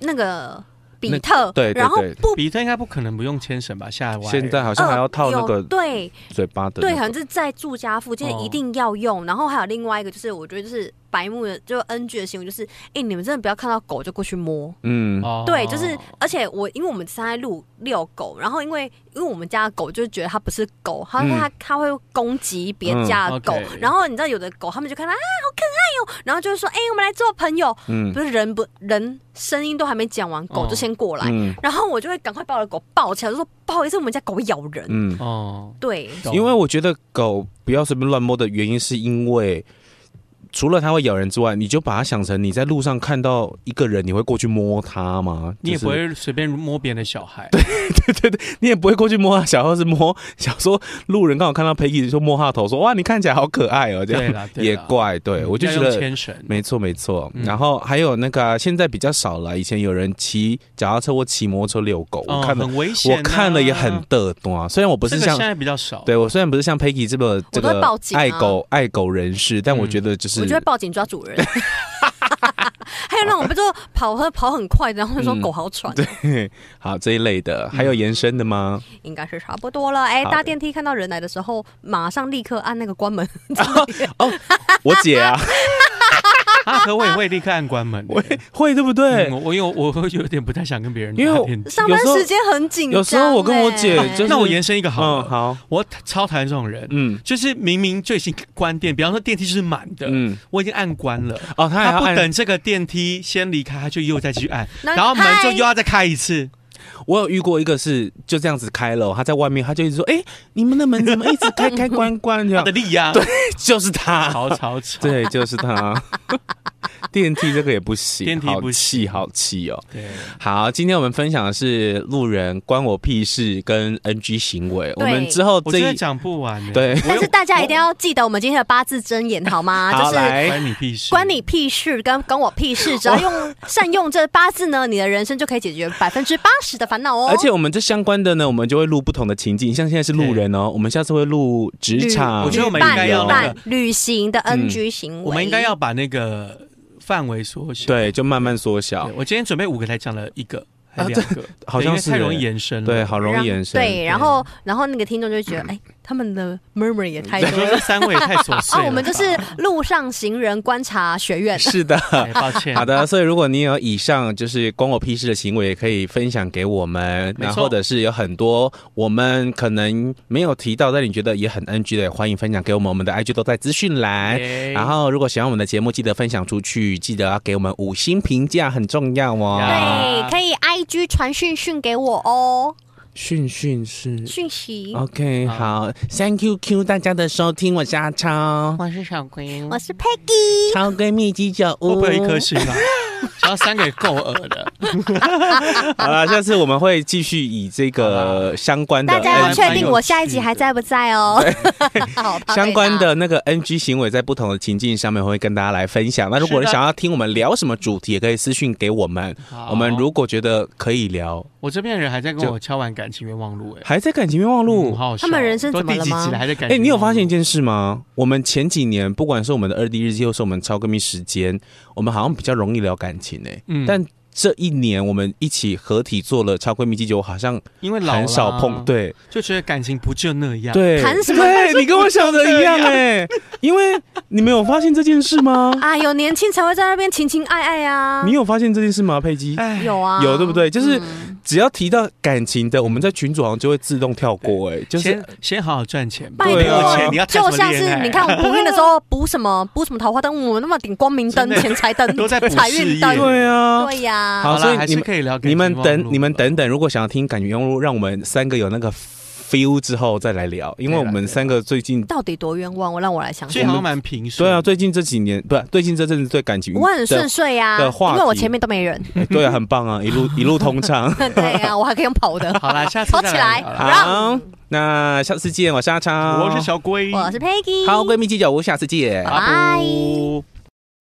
Speaker 3: 那个比特，
Speaker 1: 对对
Speaker 3: 然后
Speaker 1: 对
Speaker 3: 不
Speaker 2: 比特应该不可能不用牵绳吧？下来
Speaker 1: 现在好像还要套那
Speaker 3: 呃有
Speaker 1: 个
Speaker 3: 对
Speaker 1: 嘴巴的那
Speaker 3: 对，
Speaker 1: 个，
Speaker 3: 好像是在住家附近
Speaker 2: 哦
Speaker 3: 一定要用。然后还有另外一个就是，我觉得就是白目的就 NG 的行为，就是哎、你们真的不要看到狗就过去摸。
Speaker 1: 嗯，
Speaker 2: 哦
Speaker 3: 对，就是，而且我因为我们是在路遛狗，然后因为因为我们家的狗就是觉得它不是狗，它
Speaker 1: 嗯
Speaker 3: 它它会攻击别家的
Speaker 2: 嗯
Speaker 3: 狗，
Speaker 2: OK
Speaker 3: 然后你知道有的狗它们就看到啊好可爱哦，然后就是说哎、我们来做朋友，
Speaker 1: 嗯
Speaker 3: 不是人不人声音都还没讲完，狗
Speaker 2: 哦
Speaker 3: 就先过来，
Speaker 1: 嗯
Speaker 3: 然后我就会赶快把我的狗抱起来，就说不好意思，我们家狗咬人。
Speaker 1: 嗯，
Speaker 2: 哦，
Speaker 3: 对，
Speaker 2: 懂
Speaker 1: 因为我觉得狗不要随便乱摸的原因，是因为除了它会咬人之外，你就把它想成你在路上看到一个人，你会过去摸它吗？
Speaker 2: 你也
Speaker 1: 就是
Speaker 2: 不，会随便摸别人的小孩，
Speaker 1: 你也不会过去摸它。小时候是摸，小时候路人刚好看到 Peggy 就摸它的头，说哇，你看起来好可爱哦，这
Speaker 2: 对
Speaker 1: 样
Speaker 2: 啦，对啦嗯
Speaker 1: 也怪。对我就
Speaker 2: 要
Speaker 1: 觉
Speaker 2: 用
Speaker 1: 得
Speaker 2: 牵绳，
Speaker 1: 没错没错，
Speaker 2: 嗯
Speaker 1: 然后还有那个啊、现在比较少了，以前有人骑脚踏车或骑摩托车遛狗，
Speaker 2: 哦
Speaker 1: 我看了、
Speaker 2: 很危险啊，
Speaker 1: 我看了也很得啊。虽然我不是
Speaker 2: 这个
Speaker 1: 像、
Speaker 2: 现在比较少，
Speaker 1: 对我虽然不是像 Peggy 这个这
Speaker 3: 我都会
Speaker 1: 个
Speaker 3: 报警啊
Speaker 1: 爱狗、爱狗人士，但我
Speaker 2: 嗯
Speaker 1: 觉得就是、
Speaker 3: 我就会报警抓主人。 还有那种不就跑和跑很快的，然后说
Speaker 1: 嗯
Speaker 3: 狗好喘，
Speaker 1: 好这一类
Speaker 2: 嗯
Speaker 1: 的，还有延伸的吗？
Speaker 3: 应该是差不多了。哎、
Speaker 1: 好的
Speaker 3: 搭电梯看到人来的时候，马上立刻按那个 关门。
Speaker 1: 我姐 啊，
Speaker 2: 啊，可我也会立刻按关门。
Speaker 1: 我会对不对？
Speaker 2: 嗯我因为我会有点不太想跟别人
Speaker 1: 因为
Speaker 2: 聊
Speaker 1: 我
Speaker 2: 天。
Speaker 3: 上班
Speaker 1: 有时候
Speaker 3: 时间很紧张、
Speaker 1: 有时候我跟我姐
Speaker 3: 哎
Speaker 1: 就是
Speaker 2: 那我延伸一个好
Speaker 1: 嗯，
Speaker 2: 了，
Speaker 1: 好，
Speaker 2: 我超讨厌这种人，
Speaker 1: 嗯
Speaker 2: 就是明明就已经关电，比方说电梯就是满的，
Speaker 1: 嗯，
Speaker 2: 我已经按关了，
Speaker 1: 哦，她还
Speaker 2: 他
Speaker 1: 要
Speaker 2: 不
Speaker 1: 按
Speaker 2: 等这个电梯先离开，他就又再继续按，
Speaker 3: 那
Speaker 2: 然后门就
Speaker 3: 嗨
Speaker 1: 哎
Speaker 2: 又要再开一次。
Speaker 1: 我有遇过一个是就这样子开了，他在外面他就一直说，哎、你们的门怎么一直开开关关这
Speaker 2: 他
Speaker 1: 样
Speaker 2: 的？力呀，
Speaker 1: 就是他，
Speaker 2: 吵吵吵。
Speaker 1: 对，就是他。电梯这个也不行，
Speaker 2: 电梯不
Speaker 1: 气，好气哦。
Speaker 2: 对，
Speaker 1: 好，今天我们分享的是路人关我屁事跟 NG 行为。我们之后
Speaker 2: 我
Speaker 1: 这
Speaker 2: 真的
Speaker 1: 一
Speaker 2: 讲不完欸呢。
Speaker 1: 对，
Speaker 3: 但是大家一定要记得我们今天的八字真言好吗？
Speaker 1: 好
Speaker 3: 就是
Speaker 1: 来，
Speaker 2: 关你屁事，
Speaker 3: 关你屁事，跟关我屁事。只要
Speaker 1: 哦
Speaker 3: 用 善用这八字呢，你的人生就可以解决百分之八十的烦恼哦。
Speaker 1: 而且我们这相关的呢，我们就会录不同的情境，像现在是路人哦，我们下次会录职场，
Speaker 2: 我觉得我们
Speaker 3: 旅伴
Speaker 2: 应该要
Speaker 3: 旅
Speaker 2: 那
Speaker 3: 伴
Speaker 1: 嗯
Speaker 2: 个
Speaker 3: 旅行的 NG 行为，
Speaker 2: 我们应该要把那个范围缩小。
Speaker 1: 对，就慢慢缩
Speaker 2: 对，
Speaker 1: 小。
Speaker 2: 我今天准备五个才讲了一个，还两个，
Speaker 1: 啊好
Speaker 2: 对
Speaker 1: 像
Speaker 2: 因为
Speaker 1: 是
Speaker 2: 太容
Speaker 1: 欸
Speaker 2: 易延伸了。
Speaker 1: 对，好容
Speaker 3: 然
Speaker 1: 易延伸。嗯
Speaker 3: 对，然后然后那个听众就会觉 得，哎，他们的 murmur 也太
Speaker 2: 你
Speaker 3: 多
Speaker 2: 说
Speaker 3: 了
Speaker 2: 这。三位也太琐碎
Speaker 3: 哦，
Speaker 2: 了。
Speaker 3: 我们就是路上行人观察学院。
Speaker 1: 是的，
Speaker 2: 哎抱歉，
Speaker 1: 好的，所以如果你有以上就是关我屁事的行为，也可以分享给我们，
Speaker 2: 没错
Speaker 1: 然后或者是有很多我们可能没有提到，但你觉得也很 NG 的，也欢迎分享给我们，我们的 IG 都在资讯栏。
Speaker 2: 耶
Speaker 1: 然后如果喜欢我们的节目，记得分享出去，记得要给我们五星评价，很重要哦。
Speaker 3: 对，可以 I G 传讯讯给我哦，
Speaker 1: 讯讯是
Speaker 3: 讯息。
Speaker 1: OK，好，Thank you Q 大家的收听，我是阿超，
Speaker 2: 我是小龟，
Speaker 3: 我是 Peggy，
Speaker 1: 超闺蜜鸡酒
Speaker 2: 会
Speaker 1: 屋，
Speaker 2: 不会有一颗 星啊？只要三个也够恶的，
Speaker 1: 好了，下次我们会继续以这个相关的哎
Speaker 3: 大家要
Speaker 2: 蛮
Speaker 1: NG
Speaker 3: 确定我下一集还在不在哦。好 怕被
Speaker 1: 相关
Speaker 3: 打
Speaker 1: 的那 个 NG 行为，在不同的情境上面会跟大家来分享。那如果
Speaker 2: 是
Speaker 1: 你
Speaker 2: 的
Speaker 1: 想要听我们聊什么主题，也可以私讯给我们。
Speaker 2: 好
Speaker 1: 我们如果觉得可以聊，
Speaker 2: 我这边的人还在跟
Speaker 1: 就
Speaker 2: 我敲完感情冤枉路，哎，
Speaker 1: 还在感情冤枉
Speaker 2: 嗯
Speaker 1: 路。
Speaker 2: 好好笑
Speaker 3: 他们人生
Speaker 2: 都
Speaker 3: 怎么
Speaker 2: 第
Speaker 3: 了
Speaker 2: 几集
Speaker 3: 吗
Speaker 2: 了还在感
Speaker 1: 哎、
Speaker 2: 情？
Speaker 1: 你有发现一？件事吗？我们前几年，不管是我们的二 D 日记，或是我们超闺蜜时间，我们好像比较容易聊感情诶、
Speaker 2: 嗯
Speaker 1: 但这一年，我们一起合体做了超闺蜜季酒，我好像
Speaker 2: 因为老
Speaker 1: 很少
Speaker 2: 啦
Speaker 1: 碰。，对
Speaker 2: 就觉得感情不就那样。
Speaker 1: 对，
Speaker 3: 哎谈什么
Speaker 1: 对，你跟我想的一样诶、因为你没有发现这件事 吗？
Speaker 3: 啊，有年轻才会在那边情情爱爱 啊
Speaker 1: 你。有发现这件事吗，佩姬？
Speaker 2: 哎，
Speaker 3: 有啊，
Speaker 1: 有对不对就是
Speaker 3: 嗯
Speaker 1: 只要提到感情的，我们在群组好像就会自动跳过、哎，就是
Speaker 2: 先先好好赚钱吧，
Speaker 3: 拜
Speaker 1: 对啊
Speaker 2: 没有
Speaker 3: 托
Speaker 2: 钱你要，谈什
Speaker 3: 就
Speaker 2: 么
Speaker 3: 像
Speaker 2: 恋
Speaker 3: 是
Speaker 2: 爱
Speaker 3: 你看我补运的时候补什么 补什么桃花灯，我那么顶光明灯
Speaker 2: 真、的
Speaker 3: 钱财 灯
Speaker 2: 都在、补
Speaker 3: 财
Speaker 2: 事
Speaker 3: 运
Speaker 2: 业
Speaker 3: 灯，
Speaker 1: 对啊。
Speaker 3: 对呀。
Speaker 1: 好
Speaker 2: 好啦
Speaker 1: 所以
Speaker 2: 还
Speaker 1: 你
Speaker 2: 是
Speaker 1: 们
Speaker 2: 可以聊感
Speaker 1: 你们
Speaker 2: 情忘
Speaker 1: 等
Speaker 2: 录
Speaker 1: 你们
Speaker 2: 了
Speaker 1: 等等，如果想要听感觉用路，让我们三个有那个 feel 之后再来聊，因为
Speaker 2: 对
Speaker 1: 我
Speaker 2: 啦
Speaker 1: 们
Speaker 2: 对
Speaker 1: 三个最近
Speaker 3: 到底多冤枉？我让我来想
Speaker 2: 所以
Speaker 3: 想
Speaker 2: 好。像蛮平顺。
Speaker 1: 对啊，最近这几年不是最近这阵子对感情
Speaker 3: 我很顺
Speaker 1: 的
Speaker 3: 遂呀、
Speaker 1: 的话
Speaker 3: 因为我
Speaker 1: 题
Speaker 3: 前面都没 人。。
Speaker 1: 哎对啊，很棒啊，一路一路通畅
Speaker 3: 对呀、我还可以用跑的。
Speaker 2: 好啦，下次
Speaker 3: 跑
Speaker 2: 再
Speaker 3: 起来
Speaker 2: 聊啦
Speaker 1: 好，那下次见，我是阿超，
Speaker 2: 我是小龟，
Speaker 3: 我是 Peggy，
Speaker 1: 好闺蜜鸡酒屋，下次见。
Speaker 2: 阿布。